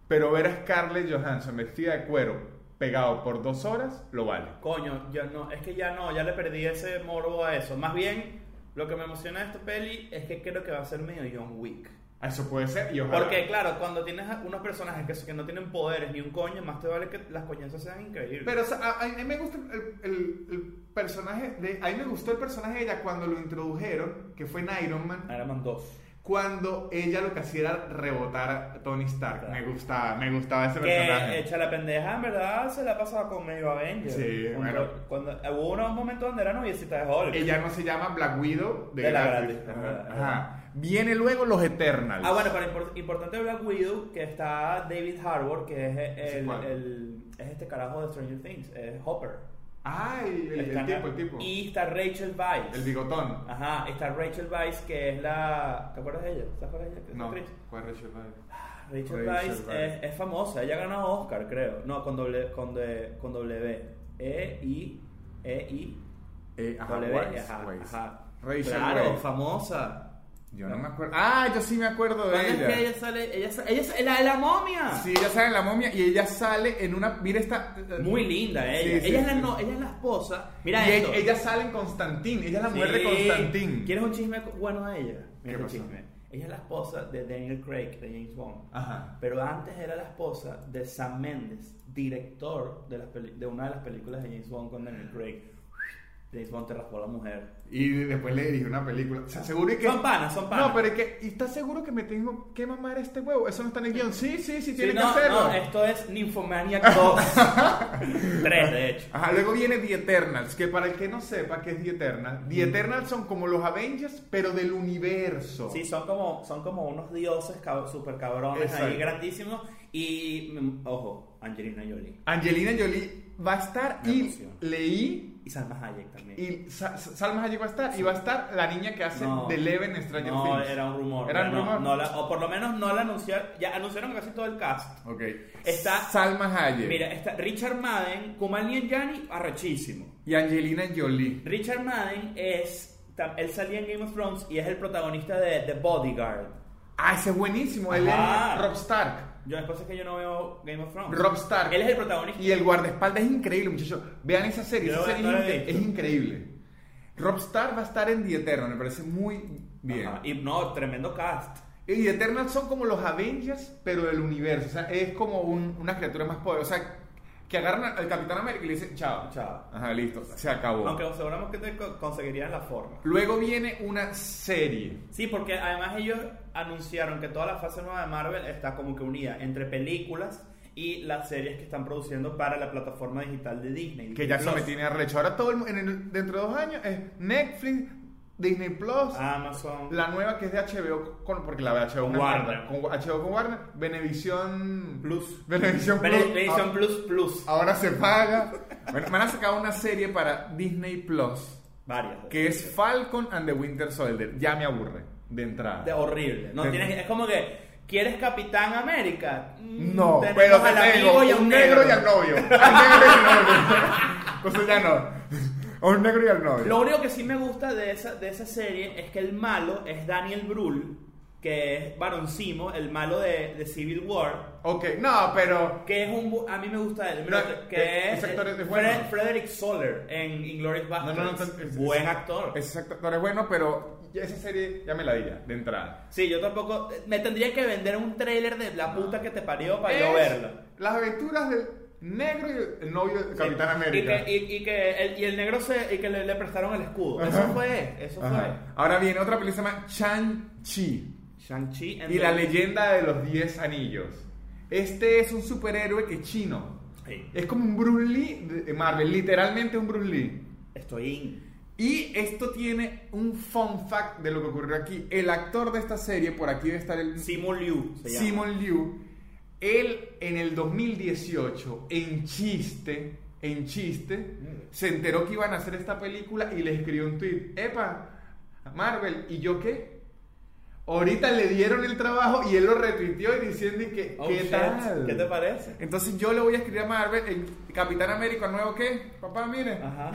pero ver a Scarlett Johansson vestida de cuero pegado por dos horas lo vale.
Coño, ya no, es que ya no, ya le perdí ese morbo a eso. Más bien, lo que me emociona de esta peli es que creo que va a ser medio John Wick.
Eso puede ser. Y ojalá.
Porque, claro, cuando tienes a- unos personajes que, que no tienen poderes ni un coño, más te vale que las coñazas sean increíbles.
Pero o sea, a, a mí me gusta el, el- el personaje de, a mí me gustó el personaje de ella cuando lo introdujeron, que fue en Iron Man,
Iron Man 2.
cuando ella lo que hacía era rebotar a Tony Stark.
Claro.
Me gustaba, me gustaba ese
Que
personaje.
echa la pendeja, en verdad, se la pasaba con medio Avengers.
Sí,
Un-
bueno.
Cuando, hubo unos momentos donde era noviecita de Hulk.
Ella no se llama Black Widow de,
De la
gratis.
gratis,
Ajá,
es verdad, es
ajá.
verdad.
Viene luego los Eternals.
Ah, bueno, pero impor- importante Black Widow, que está David Harbour, que es
¿Ese
el,
cuál?
el- es este carajo de Stranger Things, es Hopper.
Ay, el, el
Está-
tipo, el tipo.
Y está Rachel Weisz.
El bigotón.
Ajá, está Rachel Weisz, que es la. ¿Te acuerdas de ella? ¿Te acuerdas de ella? que es
no,
actriz?
¿cuál es Rachel Weisz?
Rachel
Rachel
Weisz
Weisz.
es, es famosa, ella ha ganado Oscar, creo. No, con doble, con de- con W. E, I, E, I.
Eh, ajá,
W,
Weisz,
ajá,
Weisz.
ajá.
Rachel
Claro,
Weisz.
famosa.
Yo no me acuerdo. Ah, yo sí me acuerdo de
¿Cuándo es
ella.
que ella sale? Ella, sa- ella sa- la de la momia.
Sí, ella sale en la momia y ella sale en una. Mira esta.
Muy linda ella.
Sí, sí,
ella, es la,
sí.
no- ella es la esposa. Mira
y e-
esto.
ella, ella sale en Constantín. Ella es la mujer de
Sí.
Constantín.
¿Quieres un chisme bueno de ella?
¿Qué
Mira este
pasó?
chisme. Ella es la esposa de Daniel Craig, de James Bond.
Ajá.
Pero antes era la esposa de Sam Mendes, director de, las peli- de una de las películas de James Bond con Daniel Craig. James Bond te raspó a la mujer.
Y después le dirigió una película. O sea, seguro y que.
Son panas, son panas.
No, pero es que. ¿Y estás seguro que me tengo que mamar este huevo? Eso no está en el guión. Sí, sí, sí,
Sí,
tiene que
no,
hacerlo.
no, esto es Nymphomaniac
*laughs*
2. 3, de hecho.
Ajá, luego viene The Eternals, que para el que no sepa qué es The Eternals, The Eternals son como los Avengers, pero del universo.
Sí, son como, son como unos dioses cab- super cabrones ahí
Exacto.
grandísimos. Y, mm, ojo, Angelina Jolie.
Angelina Jolie va a estar
Me
y
emociona.
leí
Y Salma Hayek también.
y Sa- Sa- Salma Hayek va a estar y va a estar la niña que hace
No.
de Eleven en Stranger
no,
Things.
era un rumor.
Era un
no,
rumor.
no la- o por lo menos no la anunciaron. Ya anunciaron casi todo el cast.
Ok.
Está-
Salma Hayek
Mira, está Richard Madden, Kumail Nanjiani, arrechísimo.
y Angelina Jolie.
Richard Madden es. tam- Él salía en Game of Thrones y es el protagonista de The Bodyguard.
Ah, ese es buenísimo, él
Ajá.
es Rob Stark.
Yo después es que yo no veo Game of Thrones.
Rob Stark.
Él es el protagonista.
Y el guardaespaldas es increíble, muchachos. Vean esa serie,
Yo
esa
no-
serie
no
es,
la he
incre-
visto.
es increíble. Rob Stark va a estar en The Eternals, me parece muy bien.
Ajá, Y no, tremendo cast.
Y The Eternals son como los Avengers, pero del universo. O sea, es como un- una criatura más poderosa. O sea, que agarran al Capitán América y le dicen, chao.
Chao.
Ajá, listo. Se acabó.
Aunque seguramente te co- conseguirían la forma.
Luego viene una serie.
Sí, porque además ellos anunciaron que toda la fase nueva de Marvel está como que unida entre películas y las series que están produciendo para la plataforma digital de Disney.
Que ya se
Plus,
me tiene arrecho. Ahora todo el mu- en el- dentro de dos años es Netflix, Disney Plus,
Amazon.
la nueva que es de HBO, con, porque la de HBO
Con
no es
Warner.
tanta, Con, HBO con Warner, Venevisión
Plus.
Venevisión Plus.
Benediction Plus Plus.
Ah, Ahora se paga. bueno, van a sacar una serie para Disney Plus.
Varias.
que es Falcon and the Winter Soldier. Ya me aburre de entrada.
De horrible. No
De-
tienes, es como que ¿Quieres Capitán América? Mm,
No,
tenemos
pero
al
te
amigo
tengo
y a
un negro y al novio. Un negro y al novio. Entonces ya no. Un negro y al novio.
Lo único que sí me gusta de esa, de esa serie es que el malo es Daniel Brühl, que es Baroncimo, el malo de, de Civil War.
Ok, no, pero.
Que es un. bu- A mí me gusta él.
No,
mira, que
eh,
es.
ese actor es
Fre-
bueno.
Frederick Soler en Inglourious
No,
Basterds.
no, no. es- es-
Buen
es-
actor.
Ese actor es bueno, pero ya esa serie ya me la di ya, de entrada.
Sí, yo tampoco. eh, Me tendría que vender un tráiler de
Ah.
la puta que te parió para yo
Es
verla.
Las aventuras del negro y el novio de Capitán
Sí.
América.
Y que, y, y que el, y el negro se, y que le, le prestaron el escudo. Eso
Ajá.
fue, eso
Ajá. Ahora viene otra película que se llama Shang-Chi.
fue. Shang-Chi and
Y
the-
la leyenda de los 10 anillos. Este es un superhéroe que es chino.
Sí.
Es como un Bruce Lee de Marvel, literalmente un Bruce Lee.
Estoy in.
Y esto tiene un fun fact de lo que ocurrió aquí. El actor de esta serie, por aquí debe estar el
Simu Liu. se llama.
Simon Liu. Él en el 2018, en chiste, en chiste,
Mm.
se enteró que iban a hacer esta película y le escribió un tweet. Epa, Marvel, ¿y yo qué? Ahorita le dieron el trabajo y él lo retuiteó y diciendo y que,
Oh,
¿qué
shit.
tal?
¿Qué te parece?
Entonces yo le voy a escribir a Marvel, el Capitán América nuevo, ¿qué? Papá, mire. *laughs*
Ajá.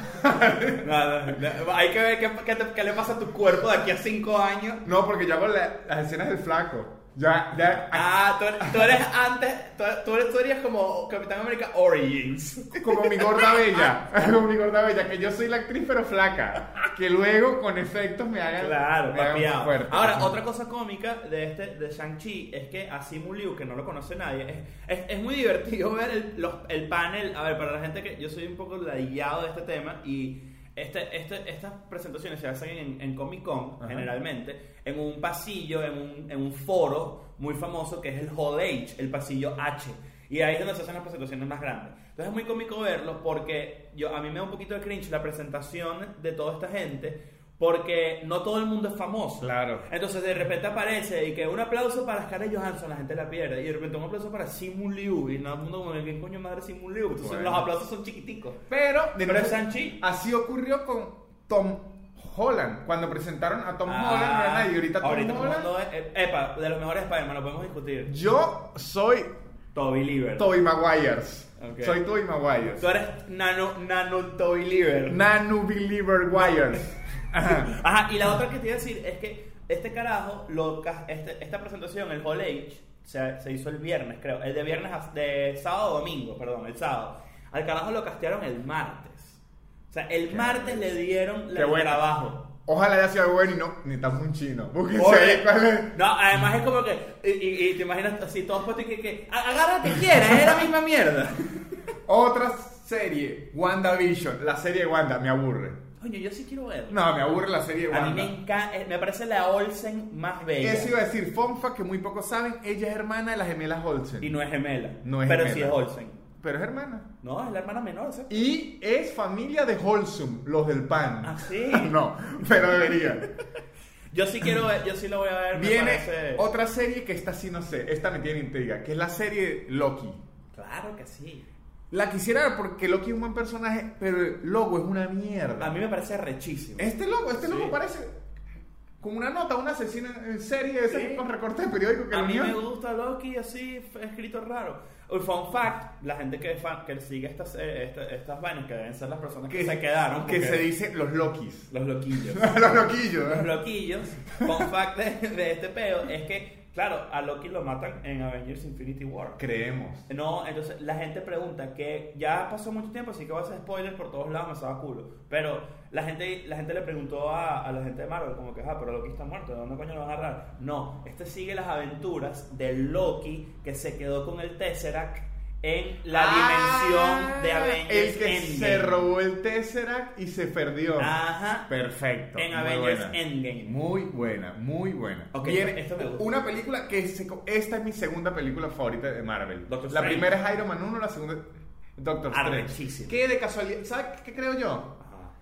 No, no, no, Hay que ver qué, qué te- qué le pasa a tu cuerpo de aquí a cinco años.
No, porque yo hago la- las escenas del flaco. Ya, ya.
Ah, tú, tú eres antes, tú, tú eres, tú eres como Capitán América Origins.
Como mi gorda bella. *laughs* Como mi gorda bella, que yo soy la actriz pero flaca. Que luego con efectos me hagan. me hagan
papiado.
más fuerte.
ah. Ahora, otra cosa cómica de este de Shang-Chi es que a Simu Liu, que no lo conoce nadie, es, es- es muy divertido ver el, los- el panel. A ver, para la gente que yo soy un poco ladillado de este tema y este, este- estas presentaciones se hacen en, en Comic Con
Ajá.
generalmente, en un pasillo, en un, en un foro muy famoso que es el Hall H, el pasillo H. Y ahí es donde se hacen las presentaciones más grandes. Entonces es muy cómico verlo porque yo, a mí me da un poquito de cringe la presentación de toda esta gente porque no todo el mundo es famoso.
Claro.
Entonces de repente aparece y que un aplauso para Scarlett Johansson, la gente la pierde. Y de repente un aplauso para Simu Liu. Y todo el mundo como, ¿qué coño madre es Simu Liu? Entonces
Bueno.
los aplausos son chiquiticos.
Pero, de
Pero
nuevo,
es Shang-Chi.
así ocurrió con Tom Holland. Cuando presentaron a Tom
Ah,
Holland, no era nadie. Ahorita Tom
ahorita
Holland.
todo el mundo es- eh, epa, de los mejores Spider-Man, lo podemos discutir.
Yo soy
Toby Liver.
Tobey Maguires.
Ok.
Soy Tobey Maguires.
Tú eres nano, nano Toby Liver.
Nanu Believer Wires. *laughs* Ajá.
Ajá, y la otra que te iba a decir es que este carajo, lo ca- este- esta presentación, el Hall H, se, se hizo el viernes, creo. El de viernes, a- de sábado a domingo, perdón, el sábado. Al carajo lo castearon el martes. O sea, el martes le dieron la-
Qué
el
bueno.
trabajo.
*laughs* Ojalá ya sea bueno y no. Necesitamos un chino. Porque
Oye,
sé cuál es.
No, además es como que. Y, y- y te imaginas así, todos puestos y que. que "A- agarra que quieras, es la misma
*laughs*
mierda.
Otra serie, WandaVision. La serie de Wanda me aburre.
Coño, yo sí quiero verlo.
No, me aburre la serie de
a mí
Wanda.
me encanta. Me parece la Olsen más bella.
Eso iba a decir, Fonfa, que muy pocos saben, ella es hermana de las gemelas Olsen.
Y no es gemela.
No es
Pero
gemela.
sí es Olsen.
Pero es hermana.
No, es la hermana menor, ¿sí?
Y es familia de Holsum, los del pan.
Ah, sí.
*laughs* no, pero debería.
Yo sí quiero ver, yo sí lo voy a ver. *laughs* me
Viene
parece-
otra serie que esta sí no sé, esta me tiene intriga, que es la serie Loki.
Claro que sí.
La quisiera ver porque Loki es un buen personaje, pero el logo es una mierda.
A mí me parece rechísimo.
Este logo, este logo
Sí.
parece como una nota, un asesino en serie de esas
Sí.
con recortes de periódico que
A
lo
mí
unió.
me gusta Loki así, f- escrito raro. Un fun fact, la gente que, fan- que sigue estas, eh, esta- estas vainas, que deben ser las personas que, se quedaron.
Que
porque-
se dice los Lokis. *laughs*
Los loquillos.
los loquillos. ¿eh?
los loquillos. Fun fact de, de este pedo es que, claro, a Loki lo matan en Avengers Infinity War.
Creemos.
No, entonces la gente pregunta que ya pasó mucho tiempo, así que voy a hacer spoilers por todos lados, me estaba culo. Pero la gente, la gente le preguntó a, a la gente de Marvel, como que, ah, pero Loki está muerto, ¿de dónde coño lo van a agarrar? No, este sigue las aventuras del Loki que se quedó con el Tesseract en la dimensión de Avengers
Ah, El que
Endgame.
se robó el Tesseract y se perdió.
Ajá.
Perfecto.
En
Muy
Avengers
buena.
Endgame.
Muy buena, muy buena.
Ok,
Viene
esto me gusta.
una película que se co- esta es mi segunda película favorita de Marvel.
Doctor
la
Strange.
primera es Iron Man 1, la segunda es Doctor Strange.
Arrechísimo.
Que de casualidad, ¿sabes qué creo yo?
Ajá.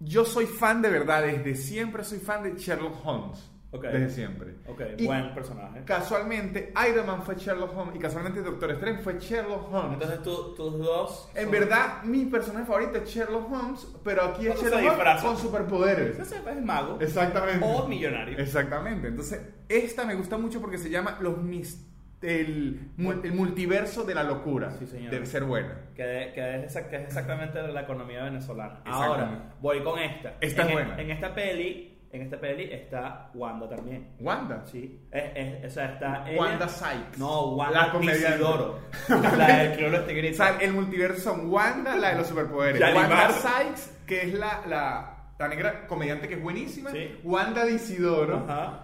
Yo soy fan de verdad, desde siempre soy fan de Sherlock Holmes.
Ok.
desde siempre.
Ok,
Y
buen personaje.
Casualmente, Iron Man fue Sherlock Holmes y casualmente Doctor Strange fue Sherlock Holmes.
Entonces tú- tus dos.
en
son-
verdad, mi personaje favorito es Sherlock Holmes, pero aquí es
Cuando se
Sherlock Holmes
disfraza.
con superpoderes.
Ese es Oh, mago.
Exactamente.
O millonario.
Exactamente. Entonces, esta me gusta mucho porque se llama los mis- el, mul- el multiverso de la locura.
Sí, señor.
Debe ser buena.
Que, de- que es, exact- que es exactamente la economía venezolana.
Exactamente.
Ahora, voy con esta.
Esta
en, e,
es buena.
En esta peli, en esta peli está Wanda también.
Wanda.
Sí. Es, es- o sea, está ella-
Wanda Sykes.
No, Wanda
La comediante.
Isidoro. la del Club de los
O
Tigritos.
sea, el multiverso son Wanda, la de los superpoderes.
Yanimar.
Wanda Sykes, que es la, la, la negra comediante que es buenísima.
Sí.
Wanda de Isidoro.
Ajá.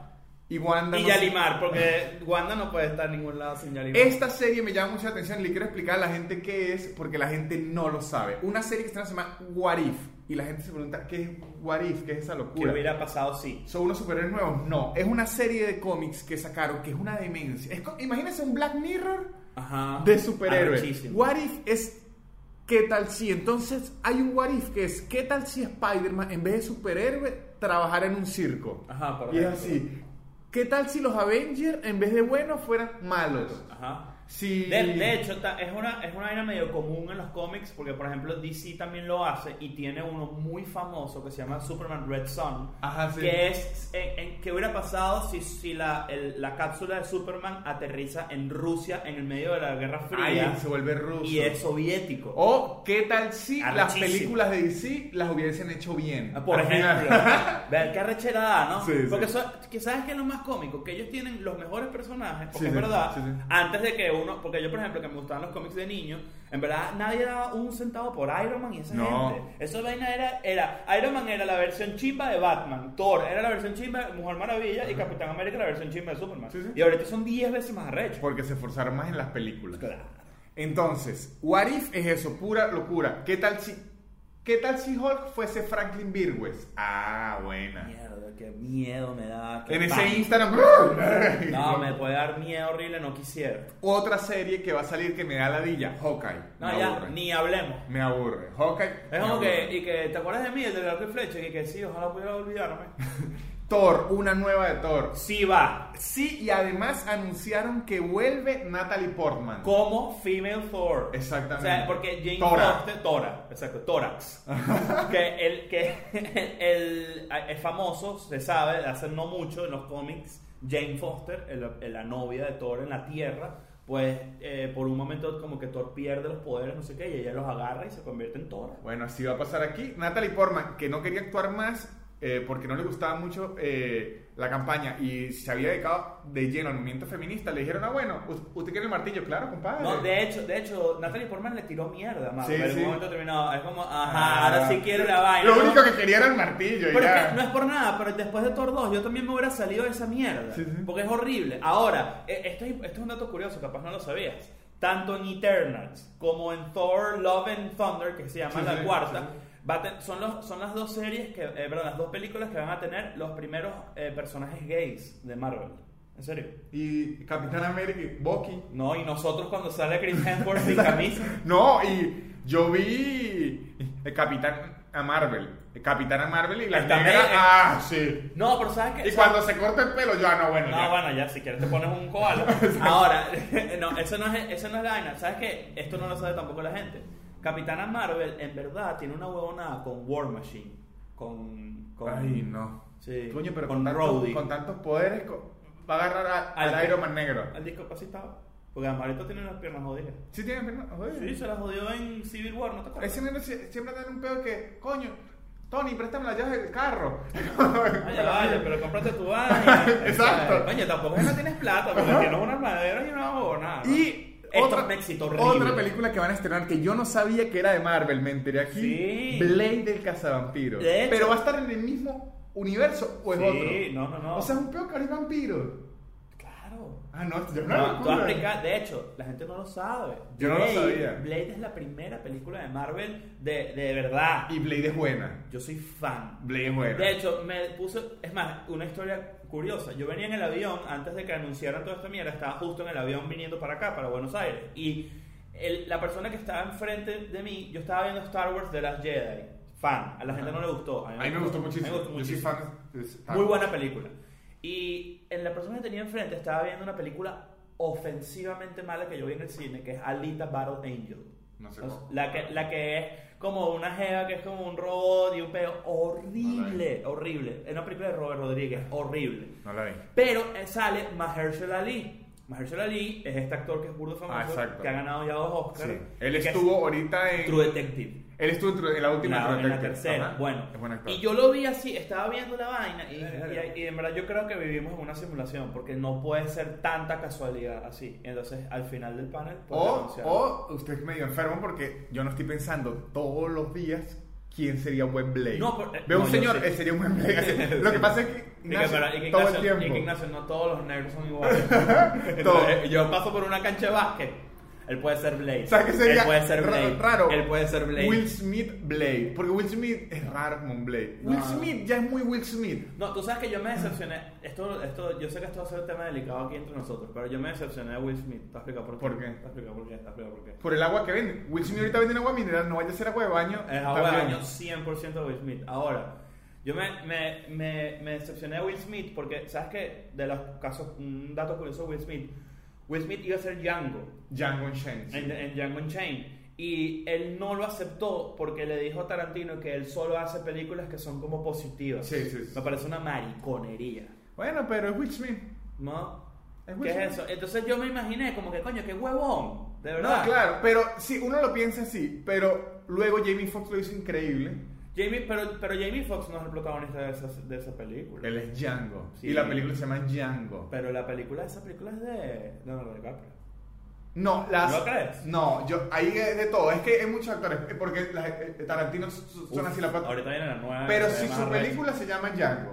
Y Wanda.
Y
no sé-
Yalimar, porque Wanda no puede estar en ningún lado sin Yalimar.
Esta serie me llama mucha atención y le quiero explicar a la gente qué es porque la gente no lo sabe. Una serie que se llama What If y la gente se pregunta qué es What If, qué es esa
que
locura.
hubiera pasado sí.
¿Son unos superhéroes nuevos? No, es una serie de cómics que sacaron que es una demencia. Es co- imagínense un Black Mirror
Ajá.
de superhéroes.
Ah, Arrechísimo.
What If es qué tal si. Entonces hay un What If que es qué tal si Spider-Man en vez de superhéroe trabajara en un circo.
Ajá, por
y es
ejemplo.
así. ¿Qué tal si los Avengers en vez de buenos fueran malos?
Ajá.
Si...
De, de hecho, ta- es una, es una vaina medio común en los cómics, porque por ejemplo DC también lo hace y tiene uno muy famoso que se llama Superman Red Sun,
Ajá, sí.
que es en, en- que hubiera pasado si, si la, el- la cápsula de Superman aterriza en Rusia en el medio de la Guerra Fría
Ahí se vuelve ruso.
y es
Oh,
soviético.
O qué tal si las
Arrechísimo. Ah,
películas de DC las hubiesen hecho bien.
Por
Al final.
ejemplo, ver qué arrechera da, ¿no?
Sí, sí.
Porque eso, que sabes que es lo más cómico, que ellos tienen los mejores personajes, porque
Sí,
es
sí,
verdad,
sí, sí.
antes de que uno, porque yo por ejemplo que me gustaban los cómics de niño, en verdad nadie daba un centavo por Iron Man y esa
No.
gente. Esa vaina era, era, Iron Man era la versión chipa de Batman, Thor era la versión chipa de Mujer Maravilla y Capitán América la versión chipa de Superman.
Sí, sí.
Y ahorita son 10 veces más arrechos.
*laughs* Porque se esforzaron más en las películas.
Claro.
Entonces, What If es eso, pura locura. ¿Qué tal si, qué tal si Hulk fuese Franklin Virgües? Ah, buena.
Mierda, qué miedo me da. qué
En ese
pánico.
Instagram. *laughs*
No, me puede dar miedo horrible, no quisiera.
Otra serie que va a salir que me da ladilla, Hawkeye.
No,
me
ya,
aburre.
ni hablemos.
Me aburre. Hawkeye.
Es
me
como que,
aburre.
y que, ¿te acuerdas de mí, el de la flecha? Y que sí, ojalá pudiera olvidarme.
Thor, una nueva de Thor.
Sí va.
Sí, y además anunciaron que vuelve Natalie Portman.
Como female Thor.
Exactamente.
O sea, porque Jane
Tora.
Foster, Tora,
*laughs*
exacto, Tórax. que el que el, es famoso, se sabe, hace no mucho en los cómics, Jane Foster, el- el- la novia de Thor en la Tierra, pues eh, por un momento como que Thor pierde los poderes, no sé qué, y ella los agarra y se convierte en Tora.
Bueno, así va a pasar aquí. Natalie Portman, que no quería actuar más eh, porque no le gustaba mucho eh, la campaña y se había dedicado de lleno al movimiento feminista, le dijeron, ah, bueno, us- ¿usted quiere el martillo? Claro, compadre.
No, de hecho, de hecho, Natalie Portman le tiró mierda, más
Sí,
en
sí.
un momento terminado. Es como, ajá,
Ah.
ahora sí quiero la vaina.
Lo
¿no?
único que quería era el martillo. y
Pero es
ya.
que no es por nada, pero después de Thor 2 yo también me hubiera salido de esa mierda.
Sí, sí.
Porque es horrible. Ahora, e- esto es, esto es un dato curioso, capaz no lo sabías. Tanto en Eternals como en Thor Love and Thunder, que se llama
Sí,
la
sí,
cuarta,
sí.
va a ten- son, los, son las dos series, que, eh, perdón, las dos películas que van a tener los primeros eh, personajes gays de Marvel. ¿En serio?
Y Capitán América, y Bucky.
No, y nosotros cuando sale Chris Hemsworth
*laughs*
sin camisa.
No, y yo vi el Capitán a Marvel. El Capitán a Marvel y la
Está eh.
negra,
bien.
ah, sí.
No, pero ¿sabes qué?
Y
¿Sabes?
cuando se corta el pelo, yo, ah, no, bueno,
No,
ya.
bueno, ya, si quieres te pones
*laughs*
un koala. Ahora, *laughs* no, eso no, es, eso no es la vaina. ¿Sabes qué? Esto no lo sabe tampoco la gente. Capitana Marvel, en verdad, tiene una huevonada con War Machine. Con... con
Ay, no.
Sí.
Coño, pero
con
con,
Rhodey.
tantos, con tantos poderes co- va a agarrar a-
Al
al,
que-
Iron Man negro.
Al discapacitado. Porque Amarito tiene las piernas jodidas.
¿Sí tiene piernas? Joder.
Sí, se las jodió en Civil War, ¿no te acuerdas?
Ese negro sie- siempre tiene un pedo que, coño, Tony, préstame la llave del carro.
*laughs* Vaya, vaya, pero cómprate tu vaina.
*laughs* Exacto.
Coño, tampoco es que no tienes plata, porque tienes una armadera y una huevonada. Ah, ¿no?
y
Esto
otra,
es un éxito horrible.
otra película que van a estrenar que yo no sabía que era de Marvel, me enteré aquí.
Sí.
Blade del cazavampiro.
De hecho-
pero va a estar en el mismo universo o es
Sí,
pues, otro.
no, no, no.
O sea, es un pedo que ahora es vampiro.
Claro.
Ah, no, esto es una
No, tú
locura.
explica- de hecho, la gente no lo sabe.
Yo no lo sabía.
Blade es la primera película de Marvel de, de verdad.
Y Blade es buena.
Yo soy fan.
Blade es buena.
De hecho, me puse, es más, una historia curiosa. Yo venía en el avión, antes de que anunciaran toda esta mierda, estaba justo en el avión viniendo para acá, para Buenos Aires. Y el- la persona que estaba enfrente de mí, yo estaba viendo Star Wars de las Jedi. Fan. A la gente no le gustó.
Ah. A mí me gustó muchísimo.
me gustó
Yo soy
muchísimo.
fan. de- de-
Muy buena película. Y en la persona que tenía enfrente estaba viendo una película ofensivamente mala que yo vi en el cine, que es Alita Battle Angel.
No sé
O sea,
cómo.
La que, la que es como una jeva que es como un robot y un pedo. Horrible, horrible. Es una película de Robert Rodríguez, horrible.
No la vi.
Pero eh, sale Mahershala Ali. Mahershala Ali es este actor que es burdo
Ah,
famoso,
exacto.
que ha ganado ya dos
Sí.
Oscars.
Él
y que es
estuvo ahorita en.
True Detective.
Él estuvo en, True- en la última
La-
True
en la
Detective.
tercera,
Ajá.
bueno.
Es buen actor.
Y yo lo vi así, estaba viendo la vaina y,
Verga.
y- y en verdad yo creo que vivimos en una simulación porque no puede ser tanta casualidad así. Entonces al final del panel pues, puedes
O,
denunciar.
o usted es medio enfermo porque yo no estoy pensando todos los días quién sería un buen Blade.
No, pero-
Veo
no,
un
yo
señor,
sí.
él sería un buen Blade. Así,
*laughs*
Lo que
Sí.
pasa es que,
Y que,
Ignacio,
para- y que
todo el
Ignacio-
tiempo.
y que Ignacio, no todos los
*laughs*
negros son iguales.
Todo.
Entonces, eh, yo paso por una cancha de básquet. Él puede ser Blade.
O sea, que sería
Él puede ser
ra-
Blade.
raro.
Él puede ser Blade.
Will Smith, Blade. Porque Will Smith es raro como un Blade.
No.
Will Smith ya es muy Will Smith.
No, tú sabes que yo me decepcioné. Esto, esto, yo sé que esto va a ser un tema delicado aquí entre nosotros, pero yo me decepcioné de Will Smith. ¿Te explicas por qué?
¿Por qué?
Te explicas por qué. Te explicas por qué.
Por el agua que vende. Will Smith ahorita vende agua mineral, no vaya a ser agua de baño.
Es agua de
también.
baño 100% de Will Smith. Ahora, yo me, me, me, me decepcioné de Will Smith porque, ¿sabes qué? De los casos, un dato curioso de Will Smith. Will Smith iba a ser Django
Django Unchained.
en, en Django Unchained. Y él no lo aceptó porque le dijo a Tarantino que él solo hace películas que son como positivas.
Sí, sí, sí.
Me parece una mariconería.
Bueno, pero es Will Smith.
¿No?
Es
¿Qué
Will
es
Smith.
eso? Entonces yo me imaginé como que, coño, qué huevón. De verdad.
No, claro, pero si uno lo piensa así, pero luego Jamie Foxx lo hizo increíble.
Jamie, pero, pero Jamie Foxx no es el protagonista de esa, de esa película.
Él es Django.
Sí.
Y la película se llama Django.
Pero la película, esa película es de Leonardo DiCaprio.
No, las.
¿No crees?
No, yo, ahí es de todo. Es que hay muchos actores, eh, porque las, eh, eh, Tarantino son
Uf,
así la pata.
Ahorita viene la nueva.
Pero
que se
si
llama
su
Red.
película se llama Django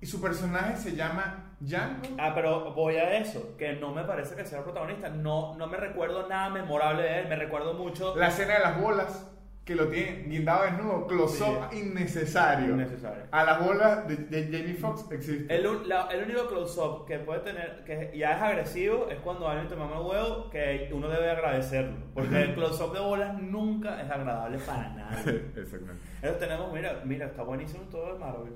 y su personaje se llama Django,
Ah, pero voy a eso, que no me parece que sea el protagonista. No, no me recuerdo nada memorable de él, me recuerdo mucho.
la escena de las bolas que lo tiene guindado desnudo, close-up innecesario.
Innecesario.
A las bolas de, de Jamie Foxx existe.
El, un- la- el único close-up que puede tener, que ya es agresivo, es cuando alguien te mama el huevo, que uno debe agradecerlo. Porque el close-up de bolas nunca es agradable
*laughs*
para nadie.
*laughs* Exactamente.
Eso tenemos, mira, mira, está buenísimo todo el Marvel.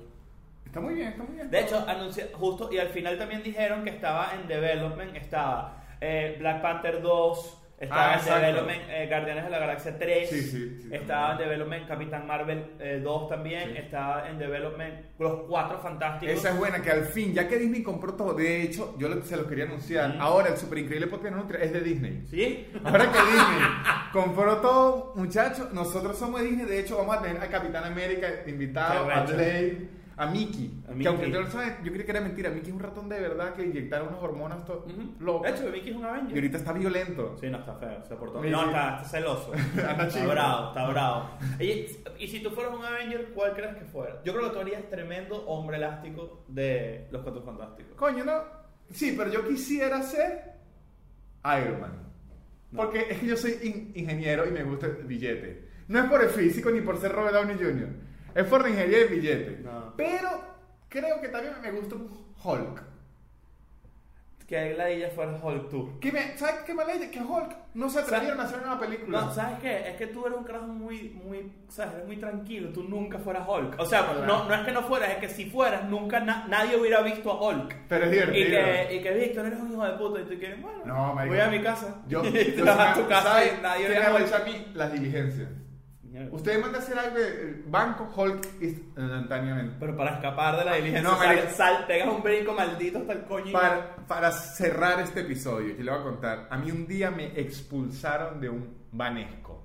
Está muy bien, está muy bien.
De hecho, anuncia, justo, y al final también dijeron que estaba en development, estaba eh, Black Panther 2,
Ah,
estaba en
exacto.
development eh, Guardianes de la Galaxia 3,
Sí, sí, sí,
estaba en
también.
development Capitán Marvel eh, 2 también,
Sí.
estaba en development Los Cuatro Fantásticos.
Esa es buena, que al fin, ya que Disney compró todo, de hecho, yo lo- se los quería anunciar,
Ujú.
ahora el super increíble podcast no es de Disney.
¿Sí?
Ahora que
*laughs*
Disney compró todo, muchachos, nosotros somos Disney, de hecho vamos a tener a Capitán América invitado,
Qué
a
recho.
Blade, a Mickey,
A
que
Mickey.
aunque ustedes no lo saben, yo creí que era mentira, Mickey es un ratón de verdad que inyectaron unas hormonas to-
Ujú.
locas,
De hecho, Vicky es un Avenger.
y ahorita está violento.
Sí, no, está feo, se portó.
Sí,
No,
sí.
está, está
*laughs*
celoso. está
chico.
bravo, está bravo. Y, y si tú fueras un Avenger, ¿cuál crees que fuera? Yo creo que tú harías tremendo hombre elástico de Los Cuatro Fantásticos.
Coño, no, sí, pero yo quisiera ser Iron Man.
No.
Porque es que yo soy in- ingeniero y me gusta el billete. No es por el físico ni por ser Robert Downey Jr. Es por la ingeniería del billete.
No.
Pero creo que también me gusta un Hulk.
Que la ella fuera Hulk tú.
Que me, ¿Sabes qué me alegra? Que Hulk no se atrevieron a hacer una película.
No, ¿sabes qué? Es que tú eres un carajo muy, muy, ¿sabes? Eres muy tranquilo, tú nunca fueras Hulk. O sea, no, no es que no fueras, es que si fueras, nunca na- nadie hubiera visto a Hulk.
Pero es
Y
divertido.
que, y que Víctor eres un hijo de puta y tú quieres, bueno,
No, marico.
voy a mi casa. *laughs*
Yo,
Y
yo
te vas a
sí me-
tu casa
¿sabes
y nadie
qué
ve a
me
Hulk.
parece a mí? Las diligencias. Usted manda a hacer algo de eh, banco, Hulk instantáneamente.
Pero para escapar de la diligencia,
No,
sal,
marico.
sal, pegas un brinco maldito hasta el coño. y-
Para, para cerrar este episodio, yo le voy a contar. A mí un día me expulsaron de un Banesco.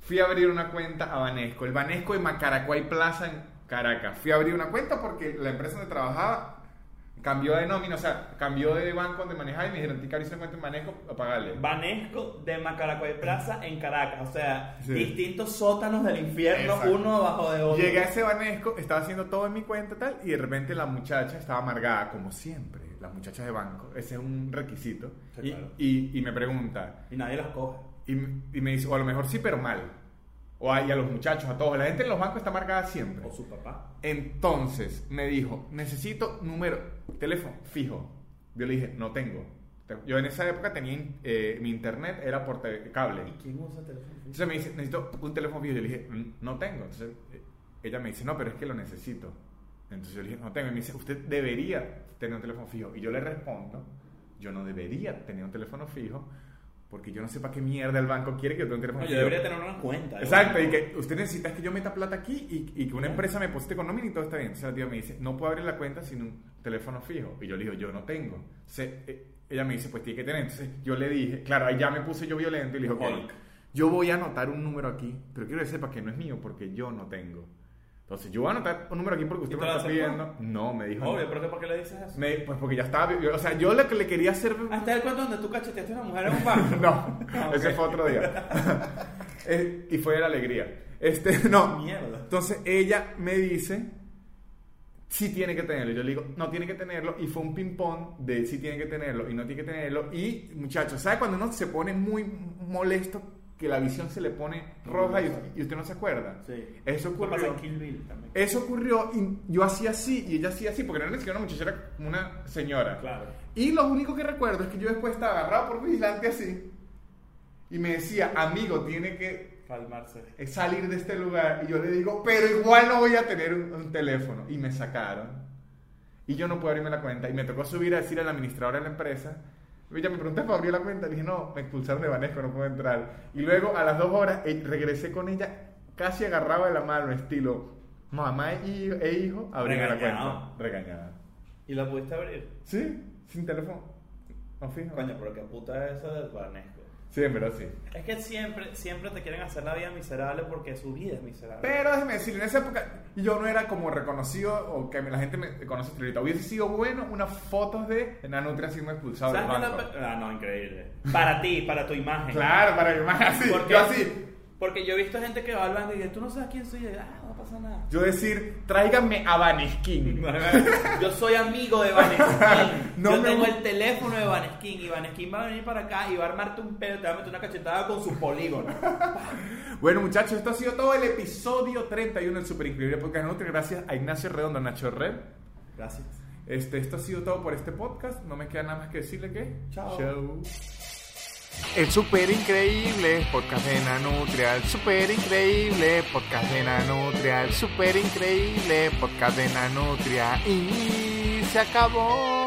Fui a abrir una cuenta a Banesco, el Banesco de Macaracuay Plaza en Caracas. Fui a abrir una cuenta porque la empresa donde trabajaba cambió de nómina, o sea, cambió de banco donde manejaba y me dijeron, tica, abrí una cuenta en Banesco, pagarle.
Vanesco de Macaracuay Plaza en Caracas. O sea,
Sí.
distintos sótanos del infierno,
Exacto.
uno abajo de otro.
Llegué a ese Banesco, estaba haciendo todo en mi cuenta tal, y de repente la muchacha estaba amargada, como siempre. Las muchachas de banco, ese es un requisito.
Sí,
Y-
claro.
y, y me pregunta,
Y nadie los coge.
Y, y me dice, o a lo mejor sí, pero mal. O a, y a los muchachos, a todos. La gente en los bancos está marcada siempre.
O su papá.
Entonces me dijo, necesito número, teléfono fijo. Yo le dije, no tengo. Te- Yo en esa época tenía in- eh, mi internet, era por te- cable.
¿Y quién usa teléfono? fijo?
Entonces me dice, necesito un teléfono fijo. Yo le dije, "Mm, no tengo. Entonces eh, ella me dice, no, pero es que lo necesito. Entonces yo le dije, no tengo. Y me dice, usted debería tener un teléfono fijo. Y yo le respondo, yo no debería tener un teléfono fijo porque yo no sé para qué mierda el banco quiere que yo tenga un teléfono
No,
fijo.
yo debería tener una cuenta.
Exacto, y que usted necesita que yo meta plata aquí y, y que una empresa me deposite con nómina y todo está bien. Entonces la tía me dice, no puedo abrir la cuenta sin un teléfono fijo. Y yo le digo, yo no tengo. Entonces, eh, ella me dice, pues tiene que tener. Entonces yo le dije, claro, ahí ya me puse yo violento y le dije, ok,
Hulk.
yo voy a anotar un número aquí, pero quiero que sepa que no es mío porque yo no tengo. Entonces yo voy a anotar un número aquí porque usted
¿Y
me
te
lo
lo
está
aceptó?
pidiendo. No, me dijo.
Obvio,
no.
pero ¿por qué le dices eso?
Me- pues porque ya estaba, vi- yo- o sea, yo lo que le quería
*laughs*
hacer
Hasta el cuento donde tú cacheteaste a una mujer en un banco.
*laughs* no,
Ah, ok.
ese fue otro día. *laughs* Eh, y fue la alegría. Este, *laughs* no.
Ah, Mierda.
Entonces ella me dice si tiene que tenerlo. Yo le digo, no tiene que tenerlo. Y fue un ping-pong de si tiene que tenerlo y no tiene que tenerlo. Y muchachos, ¿sabe cuando uno se pone muy molesto que la visión se le pone roja y, y usted no se acuerda?
Sí.
Eso
Eso pasa
ocurrió.
en Kill Bill también.
Eso ocurrió y yo hacía así y ella hacía así, porque no era ni siquiera una muchacha, era como una señora.
Claro.
Y lo único que recuerdo es que yo después estaba agarrado por un vigilante así y me decía, amigo, tiene que
Calmarse.
salir de este lugar. Y yo le digo, pero igual no voy a tener un, un teléfono. Y me sacaron. Y yo no puedo abrirme la cuenta. Y me tocó subir a decir a la administradora de la empresa. Ella me preguntó para abrir la cuenta. Le dije, no, me expulsaron de Banesco, no puedo entrar. Y luego a las dos horas eh, regresé con ella casi agarraba de la mano, estilo mamá e hijo, e hijo abrirme la cuenta.
Regañado.
Regañada.
¿Y la pudiste abrir?
¿Sí? Sin teléfono. No fijo.
Coño, pero qué puta es eso del Barnesco.
Sí, en verdad sí.
Es que siempre, siempre te quieren hacer la vida miserable porque su vida es miserable.
Pero déjeme decir, en esa época yo no era como reconocido o que me- la gente me conoce hasta ahorita. Hubiese sido bueno unas fotos de Nanutria siendo expulsado del
¿Sabes qué es
banco.
lo pe- Ah, no, increíble. Para ti, para tu imagen.
Claro, para que más así.
Porque-
Yo así.
Porque yo he visto gente que va al banco y dice, tú no sabes quién soy. Y yo, ah, no pasa nada.
Yo decir, tráiganme a Vaneskin.
Yo soy amigo de Vaneskin.
*laughs* No
yo
me-
tengo el teléfono de Vaneskin. Y Vaneskin va a venir para acá y va a armarte un pedo. Te va a meter una cachetada con sus polígonos.
Bueno, muchachos, esto ha sido todo el episodio 31 del Super Increíble Podcast Nanutria. Gracias a Ignacio Redondo, Nacho Red.
Gracias.
Este, esto ha sido todo por este podcast. No me queda nada más que decirle que.
Chao.
Chao.
El super increíble podcast de Nanutria, el super increíble podcast de Nanutria, el super increíble podcast de Nanutria y se acabó.